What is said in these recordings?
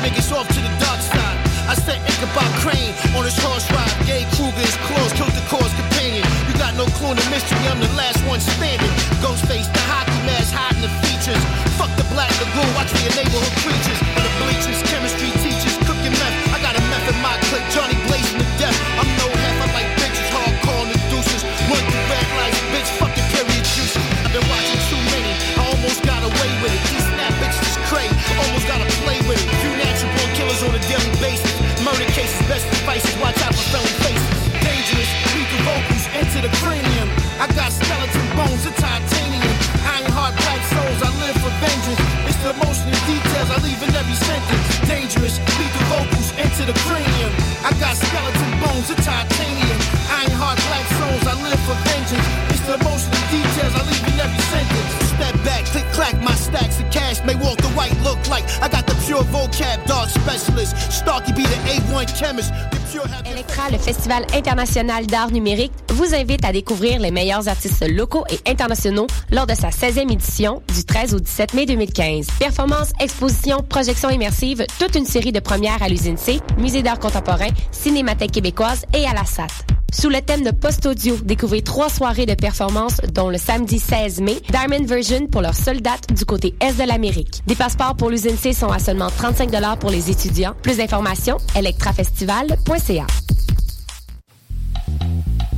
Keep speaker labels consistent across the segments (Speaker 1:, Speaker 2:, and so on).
Speaker 1: niggas off to the dark side. I sent Ichabod Crane on his horse ride. Gay Kruger is close, killed the cause companion. You got no clue in the mystery, I'm the last one standing. Ghostface, the hockey mask, hiding the features. Fuck the black lagoon, watch me your neighborhood creatures. The bleachers, chemistry teachers, cooking meth. I got a meth in my clip, Johnny blazing to death. I'm no half, I like bitches, hardcore and deuces. Run through red lights, bitch, fucking period juices. I've been watching too many, I almost got away with it. These snap bitches is cray, almost gotta play with it. Few natural born killers on a daily basis. Murder cases, best devices, watch out for felon faces. Dangerous, weaker vocals, into the cranium. I got skeleton bones and titanium. Iron heart, black souls, I live for vengeance. It's the emotion and details I leave in every sentence. Dangerous, lethal vocals, into the cranium. I got skeleton bones and titanium. Iron heart, black souls, I live for vengeance. It's the emotion and details I leave in every sentence. Step back, click clack, my stacks of cash may walk the white look like I got the pure vocab dog specialist. Starkey be the A1 chemist. The pure have your
Speaker 2: Electra, le Festival international d'art numérique, vous invite à découvrir les meilleurs artistes locaux et internationaux lors de sa 16e édition du 13 au 17 mai 2015. Performances, expositions, projections immersives, toute une série de premières à l'usine C, Musée d'art contemporain, Cinémathèque québécoise et à la SAT. Sous le thème de post-audio, découvrez trois soirées de performances, dont le samedi 16 mai, Diamond Version pour leur seule date du côté Est de l'Amérique. Des passeports pour l'usine C sont à seulement 35 pour les étudiants. Plus d'informations, electrafestival.ca.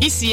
Speaker 3: Ici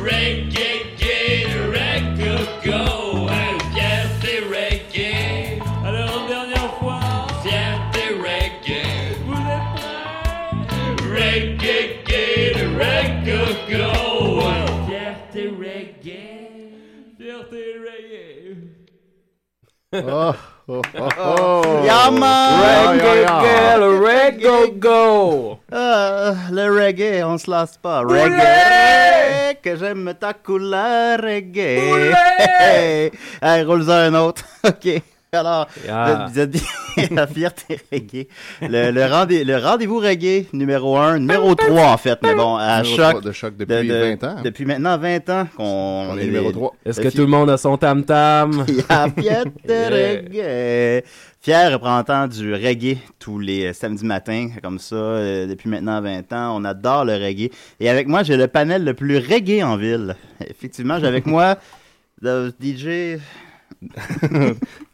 Speaker 4: Reggae, get a record, go and Oh, oh, oh, oh.
Speaker 5: Yeah, man.
Speaker 4: Yeah, yeah, yeah.
Speaker 5: Reggae, reggae, go.
Speaker 4: Ah, le reggae, on se lasse pas. Reggae,
Speaker 5: Oulé!
Speaker 4: que j'aime ta couleur reggae. Hey, hey, roule-en un autre. OK. Alors,
Speaker 5: Yeah.
Speaker 4: vous êtes vous êtes bien la fierté reggae. Le, le, rendez, le rendez-vous reggae numéro 1, numéro 3 en fait, mais bon, à
Speaker 6: Numéro
Speaker 4: choc.
Speaker 6: trois de Choc depuis 20 ans.
Speaker 4: Depuis maintenant 20 ans qu'on
Speaker 6: On est numéro 3.
Speaker 5: Est-ce que tout le monde a son tam-tam?
Speaker 4: Yeah, Fiat
Speaker 5: Yeah.
Speaker 4: Reggae. Fier représentant du reggae tous les euh, samedis matins, comme ça, euh, depuis maintenant 20 ans. On adore le reggae. Et avec moi, j'ai le panel le plus reggae en ville. Effectivement, j'ai avec moi le DJ.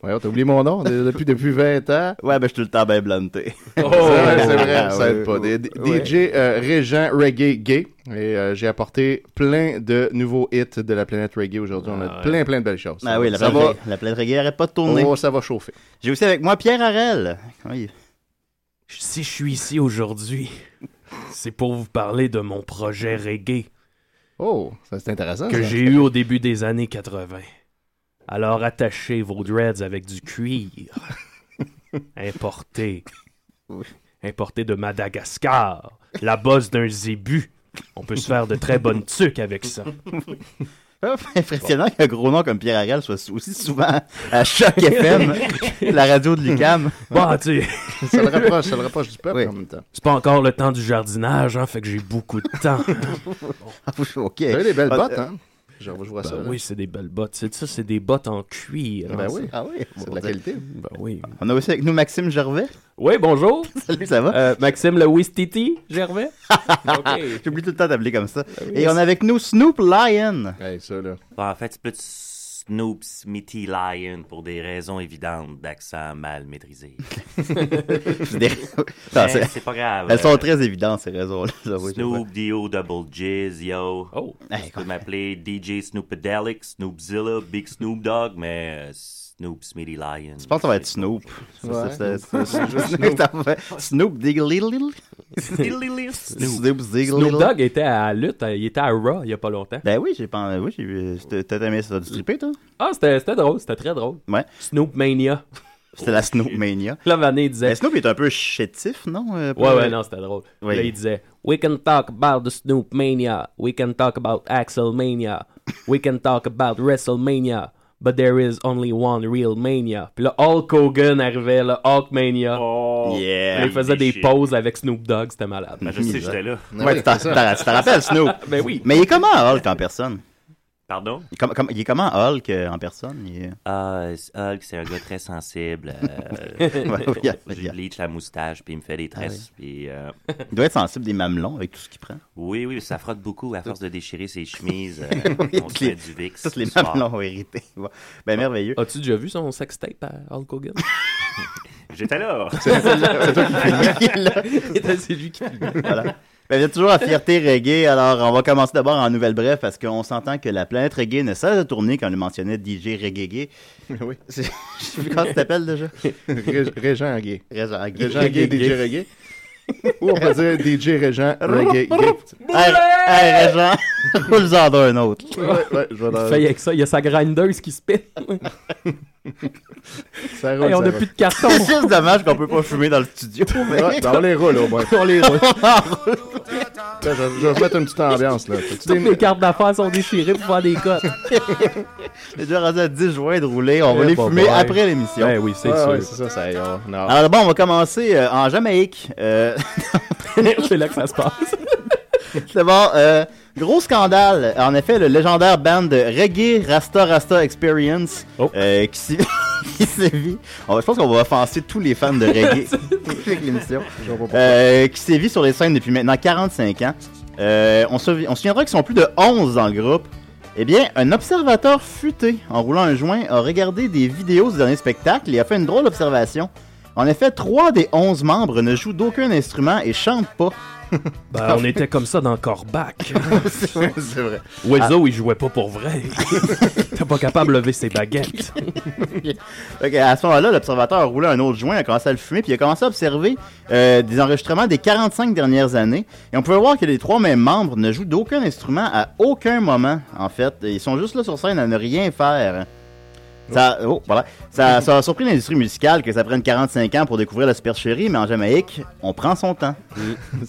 Speaker 6: Ouais, t'as oublié mon nom. de- Depuis, depuis 20 ans.
Speaker 4: Ouais, ben, je suis tout le temps bien blunté.
Speaker 5: Oh,
Speaker 6: C'est vrai, c'est vrai,
Speaker 4: Ah,
Speaker 6: ça aide
Speaker 4: ouais.
Speaker 6: pas. Des- des-
Speaker 4: Ouais.
Speaker 6: DJ euh, Régent Reggae Gay. Et euh, j'ai apporté plein de nouveaux hits de la planète reggae aujourd'hui. On a
Speaker 5: Ah ouais.
Speaker 6: plein, plein de belles choses.
Speaker 4: Ah oui, la
Speaker 6: ça
Speaker 4: planète,
Speaker 6: va.
Speaker 4: reggae- la planète reggae n'arrête pas de tourner.
Speaker 6: Oh, ça va chauffer.
Speaker 4: J'ai aussi avec moi Pierre Harel. Comment il-
Speaker 5: Si je suis ici aujourd'hui, c'est pour vous parler de mon projet reggae
Speaker 6: Oh, ça c'est intéressant.
Speaker 5: que
Speaker 6: ça.
Speaker 5: j'ai eu au début des années 80. Alors attachez vos dreads avec du cuir. Importé. Importé de Madagascar. La bosse d'un zébu. On peut se faire de très bonnes tuques avec ça.
Speaker 4: Ah, Impressionnant qu'un gros nom comme Pierre Harel soit aussi souvent à Choc FM, la radio de l'UCAM.
Speaker 5: Bon, tu
Speaker 6: Ça le rapproche, ça le rapproche du peuple
Speaker 4: Oui.
Speaker 6: en même temps.
Speaker 5: c'est pas encore le temps du jardinage, hein, fait que j'ai beaucoup de temps.
Speaker 6: Ah,
Speaker 4: ok.
Speaker 6: T'as eu des belles
Speaker 4: Ah,
Speaker 6: bottes, hein? Je je vois ça.
Speaker 5: Ben
Speaker 6: là.
Speaker 5: oui, c'est des belles bottes. C'est ça, c'est des bottes en cuir.
Speaker 6: Ben
Speaker 5: hein,
Speaker 6: oui,
Speaker 4: Ah oui.
Speaker 6: c'est de
Speaker 4: bon
Speaker 6: la
Speaker 4: Dieu.
Speaker 6: qualité.
Speaker 5: ça. Ben oui.
Speaker 4: On a aussi avec nous Maxime Gervais.
Speaker 5: Oui, bonjour.
Speaker 4: Salut, ça va?
Speaker 5: Euh, Maxime le Wistiti, Gervais. Ben OK.
Speaker 4: J'oublie tout le temps d'appeler comme ça. Et on a avec nous Snoop Lion.
Speaker 6: Hey, ça, là.
Speaker 7: Bon, en fait, c'est plus Snoop Smithy Lion pour des raisons évidentes d'accent mal maîtrisé.
Speaker 4: C'est des- Non,
Speaker 7: Mais
Speaker 4: c'est-
Speaker 7: c'est pas grave.
Speaker 4: Elles sont
Speaker 7: Euh,
Speaker 4: très évidentes, ces raisons-là. j'avoue, je sais Eh,
Speaker 7: Snoop D.O. Double Jizz, yo.
Speaker 5: Oh.
Speaker 4: Hey,
Speaker 7: tu peux m'appeler DJ Snoopadelic, Snoopzilla, Big Snoop Dog, mais euh, Snoop Smithy Lion.
Speaker 4: pas. Je pense qu'on va être Snoop. Ça, c'est- c'est- c'est- ça va- Snoop Diggly Snoop Diggly
Speaker 5: Snoop Dogg était à lutte, euh, il était à Raw il y a pas longtemps.
Speaker 4: Ben oui, j'ai pas. Oui, j'ai vu. T'as t'as aimé ça du stripper, toi?
Speaker 5: Ah, c'était c'était drôle, c'était très drdrôle.
Speaker 4: Ouais.
Speaker 5: Snoop Mania.
Speaker 4: C'était la Snoop Mania.
Speaker 5: Là, Mané disait.
Speaker 4: Mais Snoop est un peu chétif, non? euh, pour-
Speaker 5: Ouais, ouais, non, c'était drôle.
Speaker 4: Oui.
Speaker 5: Là, il disait We can talk about the Snoop Mania, we can talk about Axel Mania, we can talk about WrestleMania, but there is only one real Mania. Puis là, Hulk Hogan arrivait, là, Hulk Mania.
Speaker 4: Yeah.
Speaker 5: il faisait des
Speaker 7: shit.
Speaker 5: pauses avec Snoop Dogg, c'était malade.
Speaker 7: Ben, je sais, j'étais là.
Speaker 4: Ouais, tu t'en tu t'en- tu t'en rappelles, Snoop?
Speaker 5: Ben oui.
Speaker 4: Mais il est comment Hulk en personne?
Speaker 7: Pardon?
Speaker 4: Il est comme- comme- il est comment Hulk euh, en personne? Il est-
Speaker 7: Ah, c'est- Hulk, c'est un gars très sensible. euh,
Speaker 4: Ouais, ouais, ouais,
Speaker 7: je
Speaker 4: ouais.
Speaker 7: bleach la moustache, puis il me fait des tresses, puis... euh,
Speaker 4: Il doit être sensible des mamelons avec tout ce qu'il prend.
Speaker 7: Oui, oui, ça frotte beaucoup à force de déchirer ses chemises. euh, on se
Speaker 4: les-
Speaker 7: met du Vicks.
Speaker 4: Tous les
Speaker 7: le soir.
Speaker 4: mamelons ont hérité. Bon. Ben, merveilleux.
Speaker 5: As-tu déjà vu son sextape à Hulk Hogan
Speaker 7: J'étais là.
Speaker 5: C'est lui qui.
Speaker 4: Voilà. Ben, vous êtes toujours à Fierté Reggae. Alors, on va commencer d'abord en nouvelle brève parce qu'on s'entend que la planète reggae ne cesse de tourner quand on le mentionnait DJ Reggae Gay.
Speaker 6: Oui.
Speaker 4: Je sais plus comment tu t'appelles déjà.
Speaker 6: Ré- Régent Gay.
Speaker 4: Régent Gay.
Speaker 6: Régent Gay, DJ Reggae. Ou on peut dire DJ Régent Reggae Gay.
Speaker 4: Hey, hey, Régent, roule-en d'un un autre.
Speaker 6: Ouais, ouais, je vais dans-
Speaker 5: Fait avec ça, il y a sa grindeuse qui se pète.
Speaker 6: ça
Speaker 5: Hey,
Speaker 6: roule,
Speaker 5: on
Speaker 6: ça
Speaker 5: a
Speaker 6: roule.
Speaker 5: plus de carton.
Speaker 4: C'est juste dommage qu'on peut pas fumer dans le studio. mais-
Speaker 6: Ouais, ben, on les roule au moins.
Speaker 5: On les roule.
Speaker 6: Je, je vais mettre une petite ambiance là. T'as-tu
Speaker 5: Toutes
Speaker 6: des-
Speaker 5: les cartes d'affaires sont déchirées pour faire des cotes.
Speaker 4: On est déjà rendu à 10 juin de rouler. On va
Speaker 5: Eh,
Speaker 4: les
Speaker 5: bah,
Speaker 4: fumer
Speaker 5: bah.
Speaker 4: après l'émission.
Speaker 5: Ben oui, c'est
Speaker 6: Ouais, ouais,
Speaker 5: sûr.
Speaker 6: c'est ça, ça y est, on- non.
Speaker 4: Alors bon, on va commencer euh, en Jamaïque. Euh,
Speaker 5: c'est là que ça se passe.
Speaker 4: D'abord, euh, gros scandale. En effet, le légendaire band de reggae Rasta Rasta Experience
Speaker 5: Oh.
Speaker 4: euh, qui s'y- qui sévit. On va- je pense qu'on va offenser tous les fans de reggae avec l'émission. Euh, qui sévit sur les scènes depuis maintenant 45 ans. Euh, on, se, on se souviendra qu'ils sont plus de 11 dans le groupe. Eh bien, un observateur futé, en roulant un joint, a regardé des vidéos du dernier spectacle et a fait une drôle d'observation. En effet, 3 des 11 membres ne jouent d'aucun instrument et chantent pas.
Speaker 5: Ben, on était comme ça dans Corbac.
Speaker 4: C'est vrai.
Speaker 5: Wezo, il jouait pas pour vrai. T'es pas capable de lever ses baguettes.
Speaker 4: Ok, à ce moment-là, l'observateur a roulé un autre joint, a commencé à le fumer, puis il a commencé à observer euh, des enregistrements des 45 dernières années. Et on pouvait voir que les trois mêmes membres ne jouent d'aucun instrument à aucun moment, en fait. Ils sont juste là sur scène à ne rien faire. Ça, oh, voilà. ça, ça a surpris l'industrie musicale que ça prenne 45 ans pour découvrir la supercherie, mais en Jamaïque, on prend son temps.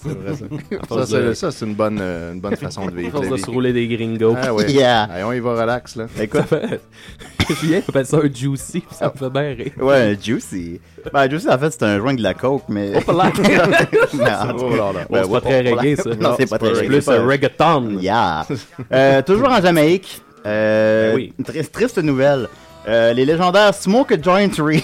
Speaker 6: c'est vrai, ça.
Speaker 4: À
Speaker 6: Ça,
Speaker 4: force de-
Speaker 6: c'est, ça, c'est une bonne, euh, une bonne façon de
Speaker 5: À
Speaker 6: vivre.
Speaker 5: force
Speaker 6: la
Speaker 5: de
Speaker 6: vie.
Speaker 5: se rouler des gringos.
Speaker 6: Ah ouais.
Speaker 4: Yeah.
Speaker 6: Allez, on y va relax, là.
Speaker 4: quoi?
Speaker 5: Julien, il appelle ça un juicy, puis ça me fait bien rire.
Speaker 4: Ouais, Juicy. Ben, Juicy, en fait, c'est un joint de la coke, mais.
Speaker 5: Hop là!
Speaker 4: Non, en tout cas,
Speaker 5: Oh,
Speaker 4: ouais,
Speaker 5: c'est pas très
Speaker 4: hop là.
Speaker 5: reggae, ça.
Speaker 4: Non, c'est pas très reggae.
Speaker 5: plus un reggaeton.
Speaker 4: Yeah. Euh, toujours en Jamaïque. Euh,
Speaker 5: Ben oui.
Speaker 4: une triste, triste nouvelle. Euh, les légendaires Smoke a Joint Tree.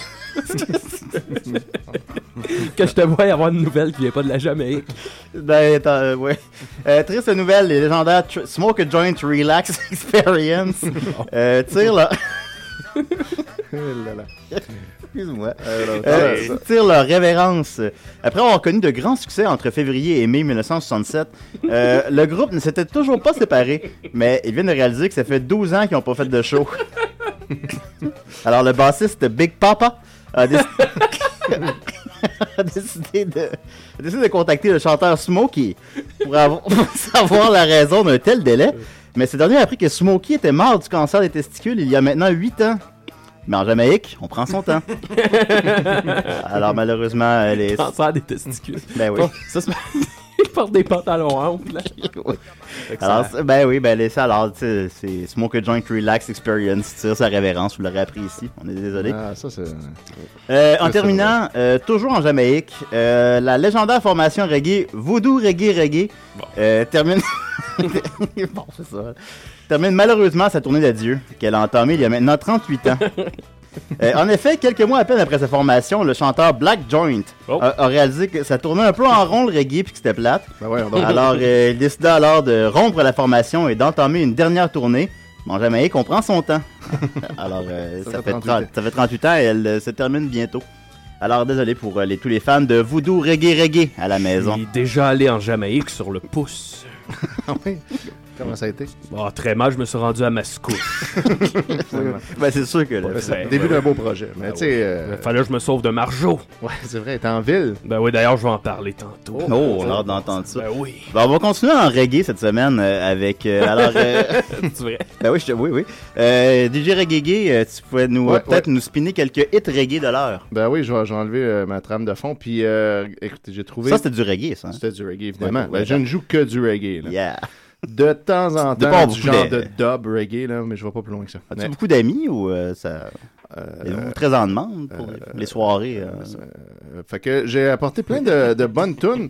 Speaker 5: Que je te vois y avoir une nouvelle qui vient pas de la Jamaïque.
Speaker 4: Ben, attends, euh, ouais. Euh, triste nouvelle, les légendaires Tr- Smoke a Joint Relax Experience euh, tirent leur... Excuse-moi. Euh,
Speaker 6: Euh,
Speaker 4: tirent leur révérence. Après avoir connu de grands succès entre février et mai 1967, euh, le groupe ne s'était toujours pas séparé, mais ils viennent de réaliser que ça fait 12 ans qu'ils n'ont pas fait de show. Alors, le bassiste Big Papa a déc- a décidé, de... a décidé de contacter le chanteur Smokey pour, avoir- pour savoir la raison d'un tel délai. Mais ce dernier a appris que Smokey était mort du cancer des testicules il y a maintenant 8 ans. Mais en Jamaïque, on prend son temps. Alors, malheureusement, elle est.
Speaker 5: Cancer des testicules.
Speaker 4: Ben oui.
Speaker 5: Bon, ça, c'est- Il porte des pantalons amples. là. Fait que ça-
Speaker 4: Alors, c'est- ben oui, ben laissez alors, tu sais, c'est Smoke a Joint Relax Experience, tire sa révérence, vous l'aurez appris ici, on est désolé.
Speaker 6: Ah, ça, c'est.
Speaker 4: Euh,
Speaker 6: Ça,
Speaker 4: en
Speaker 6: c'est
Speaker 4: terminant, euh, toujours en Jamaïque, euh, la légendaire formation reggae Voodoo Reggae Reggae euh, termine. Bon, c'est ça. Termine malheureusement sa tournée d'adieu qu'elle a entamée il y a maintenant 38 ans. Euh, en effet, quelques mois à peine après sa formation, le chanteur Black Joint a, a réalisé que ça tournait un peu en rond le reggae puis que c'était plate.
Speaker 6: donc.
Speaker 4: alors, euh, il décida alors de rompre la formation et d'entamer une dernière tournée. Bon, Jamaïque, on prend son temps. alors, euh, ça,
Speaker 6: Ça fait
Speaker 4: fait
Speaker 6: 38
Speaker 4: 30 ça fait 38 ans et elle euh, se termine bientôt. Alors, désolé pour euh, les, tous les fans de voodoo reggae reggae à la maison.
Speaker 5: Il est déjà allé en Jamaïque sur le pouce.
Speaker 6: Comment ça a été?
Speaker 5: Bon, très mal, je me suis rendu à Mascouche.
Speaker 4: Ben, c'est sûr que là.
Speaker 6: Ben, c'est
Speaker 5: Ouais,
Speaker 6: le début
Speaker 5: ouais,
Speaker 6: d'un
Speaker 5: ouais.
Speaker 6: beau projet. Mais
Speaker 5: Ben
Speaker 6: tu
Speaker 5: ouais.
Speaker 6: sais. euh,
Speaker 5: Fallait que je me sauve de Marjo.
Speaker 6: Ouais, c'est vrai, t'es en ville.
Speaker 5: Ben oui, d'ailleurs, je vais en parler tantôt.
Speaker 4: Oh, on a hâte d'entendre ça.
Speaker 5: Ben oui.
Speaker 4: Ben, on va continuer en reggae cette semaine euh, avec. euh, alors, euh,
Speaker 5: C'est vrai.
Speaker 4: ben oui, je te- oui, oui. Euh, DJ Reggae, Gay, euh, tu pouvais nous, euh,
Speaker 6: Ouais,
Speaker 4: peut-être nous spinner quelques hits reggae de l'heure.
Speaker 6: Ben oui, je vais, je vais enlever euh, ma trame de fond. Puis, euh, écoutez, j'ai trouvé.
Speaker 4: Ça, c'était du reggae, ça. hein?
Speaker 6: C'était du reggae, évidemment.
Speaker 4: Ouais, ouais,
Speaker 6: Ben, je ne joue que du reggae. là.
Speaker 4: Yeah.
Speaker 6: De temps en
Speaker 4: De
Speaker 6: temps,
Speaker 4: part,
Speaker 6: du
Speaker 4: vous
Speaker 6: genre
Speaker 4: plaît.
Speaker 6: de dub reggae, là, mais je vais pas plus loin que ça.
Speaker 4: As-tu
Speaker 6: Mais-
Speaker 4: beaucoup d'amis ou euh, ça. Êtes-vous très en demande pour les- les soirées? euh?
Speaker 6: Euh, fait que j'ai apporté plein de, de bonnes tunes.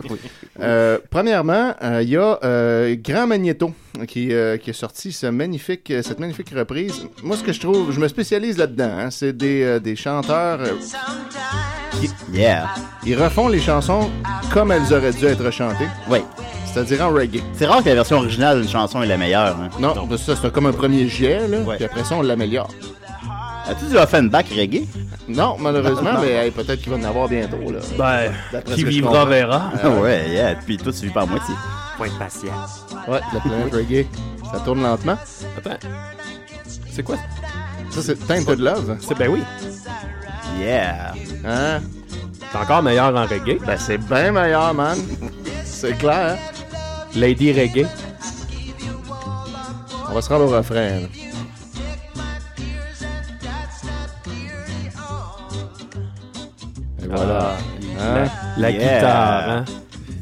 Speaker 6: Euh, premièrement, euh, il y a euh, Grand Magnéto qui, euh, qui a sorti ce magnifique, euh, cette magnifique reprise. Moi, ce que je trouve, je me spécialise là-dedans. hein, c'est des, euh, des chanteurs. euh,
Speaker 4: Yeah.
Speaker 6: ils refont les chansons comme elles auraient dû être chantées,
Speaker 4: Oui.
Speaker 6: c'est-à-dire en reggae.
Speaker 4: C'est rare que la version originale d'une chanson est la meilleure. Hein.
Speaker 6: Non, parce que ça, c'est comme un premier jet, là,
Speaker 4: Ouais.
Speaker 6: puis après ça, on l'améliore.
Speaker 4: As-tu du Offenbach reggae?
Speaker 6: Non, malheureusement,
Speaker 4: Non.
Speaker 6: mais hey, peut-être qu'il va en avoir bientôt. Là.
Speaker 5: Ben,
Speaker 6: D'après ce
Speaker 5: qui
Speaker 6: que je
Speaker 5: vivra
Speaker 6: comprends.
Speaker 5: verra.
Speaker 4: Ah ouais, yeah. Puis toi, tu vis par moitié.
Speaker 7: Point de patience.
Speaker 6: Ouais, la planète reggae, ça tourne lentement.
Speaker 5: Ah, Attends. C'est quoi?
Speaker 6: Ça, c'est Tainted Love.
Speaker 5: C'est ben oui.
Speaker 4: Yeah.
Speaker 6: Hein?
Speaker 5: C'est encore meilleur en reggae.
Speaker 6: Ben, c'est bien meilleur, man. C'est clair.
Speaker 5: Lady Reggae.
Speaker 6: On va se rendre au refrain. là. Et voilà.
Speaker 5: La, la
Speaker 4: Yeah.
Speaker 5: guitare, hein.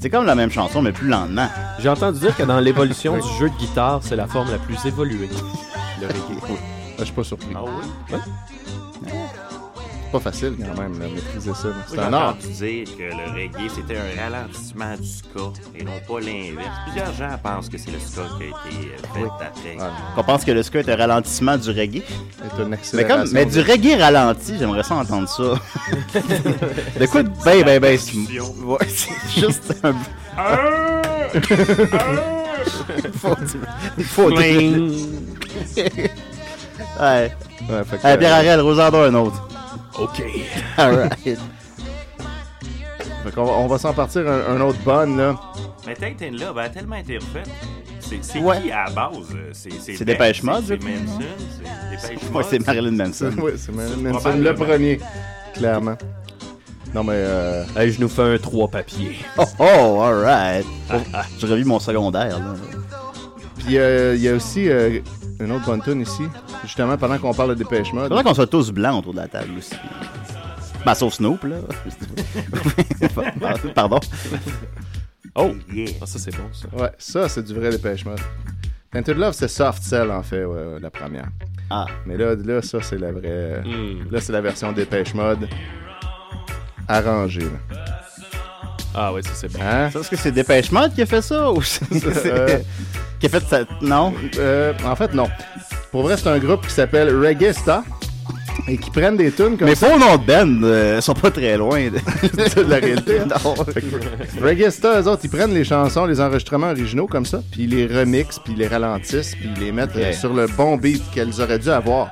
Speaker 4: C'est comme la même chanson, mais plus lentement.
Speaker 5: J'ai entendu dire que dans l'évolution du jeu de guitare, c'est la forme la plus évoluée.
Speaker 6: Le reggae. oui. Ah, Je suis pas surpris.
Speaker 7: Ah oui?
Speaker 6: C'est pas facile quand même de maîtriser ça. là. C'est
Speaker 7: Moi,
Speaker 6: un
Speaker 7: J'ai
Speaker 6: art.
Speaker 7: entendu dire que le reggae, c'était un ralentissement du ska et non pas l'inverse. Plusieurs gens pensent que c'est le ska qui a été euh, fait après.
Speaker 6: Ah.
Speaker 4: Qu'on pense que le ska est un ralentissement du reggae.
Speaker 6: C'est une
Speaker 4: Mais,
Speaker 6: accélération.
Speaker 4: comme, mais du reggae ralenti, j'aimerais ça entendre ça. de quoi de ben, ben, ben, c'est- ouais, c'est juste un. Faut- faut-
Speaker 5: Cling.
Speaker 4: Ouais.
Speaker 6: Ouais, fait que,
Speaker 4: Hey, Pierre Arel, Rosando, un autre.
Speaker 5: OK.
Speaker 4: Alright.
Speaker 6: euh, fait qu'on va- on va s'en partir un, un autre bonne, là.
Speaker 7: Mais Tintin là, ben, a tellement été refaite. C'est c'est
Speaker 4: Ouais.
Speaker 7: qui à la base? euh, C'est
Speaker 4: C'est
Speaker 7: Ben-
Speaker 4: Dépêche Mode,
Speaker 7: C'est
Speaker 4: je
Speaker 7: c'est
Speaker 4: crois.
Speaker 7: Manson, c'est Dépêche
Speaker 4: Ouais,
Speaker 7: Mode.
Speaker 4: c'est Marilyn Manson.
Speaker 6: Ouais, c'est Marilyn
Speaker 7: C'est
Speaker 6: Manson, le
Speaker 7: probablement.
Speaker 6: premier. Clairement. Non, mais. Euh...
Speaker 5: Hey, je nous fais un trois papiers.
Speaker 4: Oh, oh, alright. Je revis mon secondaire, là.
Speaker 6: Puis euh, il y a aussi euh, une autre bonne tune ici. justement, pendant qu'on parle de Dépêche Mode.
Speaker 4: C'est vrai qu'on soit tous blancs autour de la table aussi. Bah, sauf Snoop, là. Pardon.
Speaker 5: Oh! Ah, ça, c'est bon, ça.
Speaker 6: Ouais, ça, c'est du vrai Dépêche Mode. Tainted Love, c'est Soft Cell, en fait, ouais, ouais, la première.
Speaker 4: Ah.
Speaker 6: Mais là, là ça, c'est la vraie. Là, c'est la version Dépêche Mode arrangée. là.
Speaker 5: Ah, ouais, ça, c'est bon.
Speaker 6: Hein?
Speaker 4: Est-ce que c'est Dépêche Mode qui a fait ça ou c'est-
Speaker 6: Euh,
Speaker 4: c'est- qui a fait ça Non.
Speaker 6: en fait, non. Pour vrai, c'est un groupe qui s'appelle Reggaesta et qui prennent des tunes comme
Speaker 4: Mais
Speaker 6: ça.
Speaker 4: pour le nom de Ben, euh, ils sont pas très loin de,
Speaker 6: de la réalité. hein.
Speaker 4: Non.
Speaker 6: Fait que Reggaesta, eux autres, ils prennent les chansons, les enregistrements originaux comme ça, puis ils les remixent, puis ils les ralentissent, puis ils les mettent euh,
Speaker 4: Ouais.
Speaker 6: sur le bon beat qu'elles auraient dû avoir.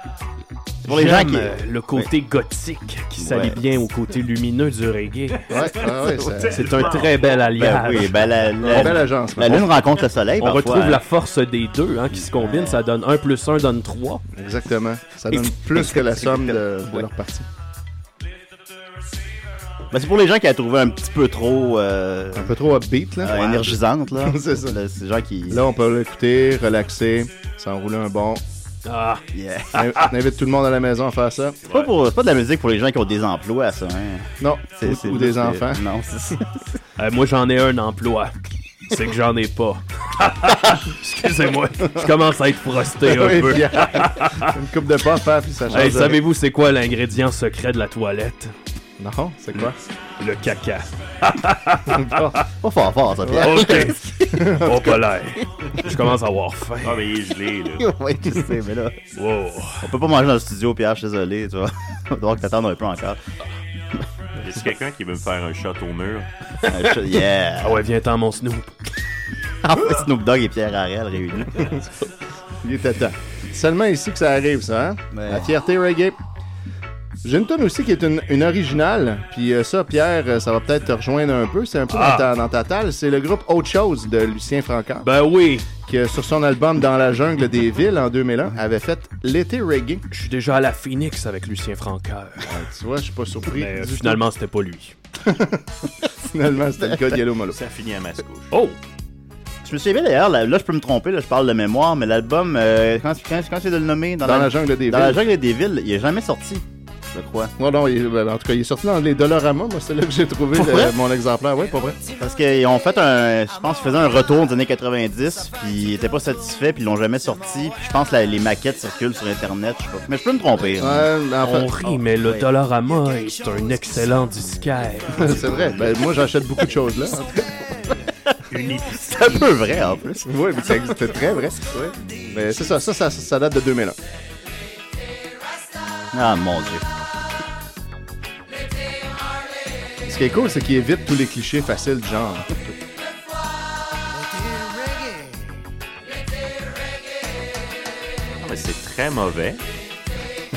Speaker 4: Pour les gens
Speaker 5: J'aime,
Speaker 4: qui.
Speaker 5: euh, le côté gothique qui s'allie
Speaker 4: Ouais.
Speaker 5: bien au côté lumineux du reggae.
Speaker 6: Ouais, ouais, ouais, ça-
Speaker 5: C'est un très bel
Speaker 4: Ben
Speaker 5: alliage.
Speaker 4: oui, ben la, la,
Speaker 6: Une belle agence.
Speaker 4: la lune rencontre le soleil.
Speaker 5: On
Speaker 4: parfois,
Speaker 5: retrouve
Speaker 4: hein.
Speaker 5: la force des deux hein, qui se combinent. Ça donne 1 plus 1 donne 3.
Speaker 6: Exactement. Ça donne plus que la somme de, de leur partie.
Speaker 4: Ben, c'est pour les gens qui a trouvé un petit peu trop euh,
Speaker 6: Un peu trop upbeat, là.
Speaker 4: euh, énergisante là.
Speaker 6: C'est ça.
Speaker 4: Là, c'est les gens qui.
Speaker 6: Là, on peut l'écouter, relaxer, s'enrouler un bon.
Speaker 5: Ah,
Speaker 4: Yeah.
Speaker 6: On on invite tout le monde à la maison à faire ça.
Speaker 4: C'est pas pour, c'est pas de la musique pour les gens qui ont des emplois ça. Hein.
Speaker 6: Non.
Speaker 4: C'est-
Speaker 6: Ou-
Speaker 4: c'est-
Speaker 6: ou des
Speaker 4: c'est-
Speaker 6: enfants.
Speaker 4: Non, c'est ça.
Speaker 5: euh, moi j'en ai un emploi. C'est que j'en ai pas. Excusez-moi. Je commence à être frosté un
Speaker 6: Oui,
Speaker 5: peu.
Speaker 6: puis, Une coupe de pas à faire, puis ça change.
Speaker 5: Hey,
Speaker 6: de-
Speaker 5: savez-vous c'est quoi l'ingrédient secret de la toilette?
Speaker 6: Non, c'est quoi?
Speaker 5: Le caca.
Speaker 4: Pas fort fort ça. Pierre.
Speaker 5: Ok. Oh, colère. Je commence à avoir faim.
Speaker 7: Ah, mais il est gelé, là.
Speaker 4: Ouais, je sais, mais là,
Speaker 5: Wow.
Speaker 4: on peut pas manger dans le studio, Pierre, je suis désolé, tu vois. On va devoir que t'attendre un peu encore.
Speaker 7: Y a quelqu'un qui veut me faire un shot au mur?
Speaker 4: Euh, je- Yeah!
Speaker 5: Ah ouais, viens-t'en, mon Snoop.
Speaker 4: En fait, Snoop Dogg et Pierre Harel réunis.
Speaker 6: Il était temps. Seulement ici que ça arrive, ça. Hein?
Speaker 4: Ouais.
Speaker 6: La fierté reggae. J'ai une tonne aussi qui est une, une originale. Puis euh, ça, Pierre, euh, ça va peut-être te rejoindre un peu. C'est un peu
Speaker 5: Ah.
Speaker 6: dans, ta, dans ta talle. C'est le groupe Autre chose de Lucien Francard,
Speaker 5: Ben oui.
Speaker 6: qui euh, sur son album Dans la jungle des villes en 2001 avait fait l'été reggae.
Speaker 5: Je suis déjà à la Phoenix avec Lucien Francaire.
Speaker 6: Ouais, tu vois, je suis pas surpris.
Speaker 5: Mais euh,
Speaker 6: du tout.
Speaker 5: finalement, c'était pas lui.
Speaker 6: finalement, c'était le cas de Yellow Molo.
Speaker 7: Ça finit à masse couche.
Speaker 5: Oh!
Speaker 4: Je me souviens d'ailleurs, là, là, je peux me tromper, là, je parle de mémoire, mais l'album, euh, quand, quand, quand c'est de le nommer?
Speaker 6: Dans la jungle des
Speaker 4: Dans la
Speaker 6: villes.
Speaker 4: jungle des villes, il est jamais sorti, je crois.
Speaker 6: Non, non, il- ben, en tout cas, il est sorti dans les Dolorama. Moi, c'est là que j'ai trouvé
Speaker 4: Pour
Speaker 6: le-
Speaker 4: vrai?
Speaker 6: mon exemplaire. Oui, pas vrai.
Speaker 4: Parce qu'ils ont fait un. Je pense qu'ils faisaient un retour des années 90, puis ils étaient pas satisfaits, puis ils l'ont jamais sorti. Puis je pense que la- les maquettes circulent sur Internet, je sais pas. Mais je peux me tromper. hein.
Speaker 6: Ouais, en fait-
Speaker 5: On rit, mais le
Speaker 4: ouais.
Speaker 5: Dollarama est un excellent disquaire.
Speaker 6: c'est vrai. Ben, moi, j'achète beaucoup de choses là.
Speaker 4: C'est un peu vrai, en plus.
Speaker 6: Oui, mais c'est c'est très vrai. Mais c'est ça, ça, ça, ça date de 2001.
Speaker 4: Ah, mon Dieu.
Speaker 6: Ce qui est cool, c'est qu'il évite tous les clichés faciles du genre.
Speaker 7: Ah, mais c'est très mauvais.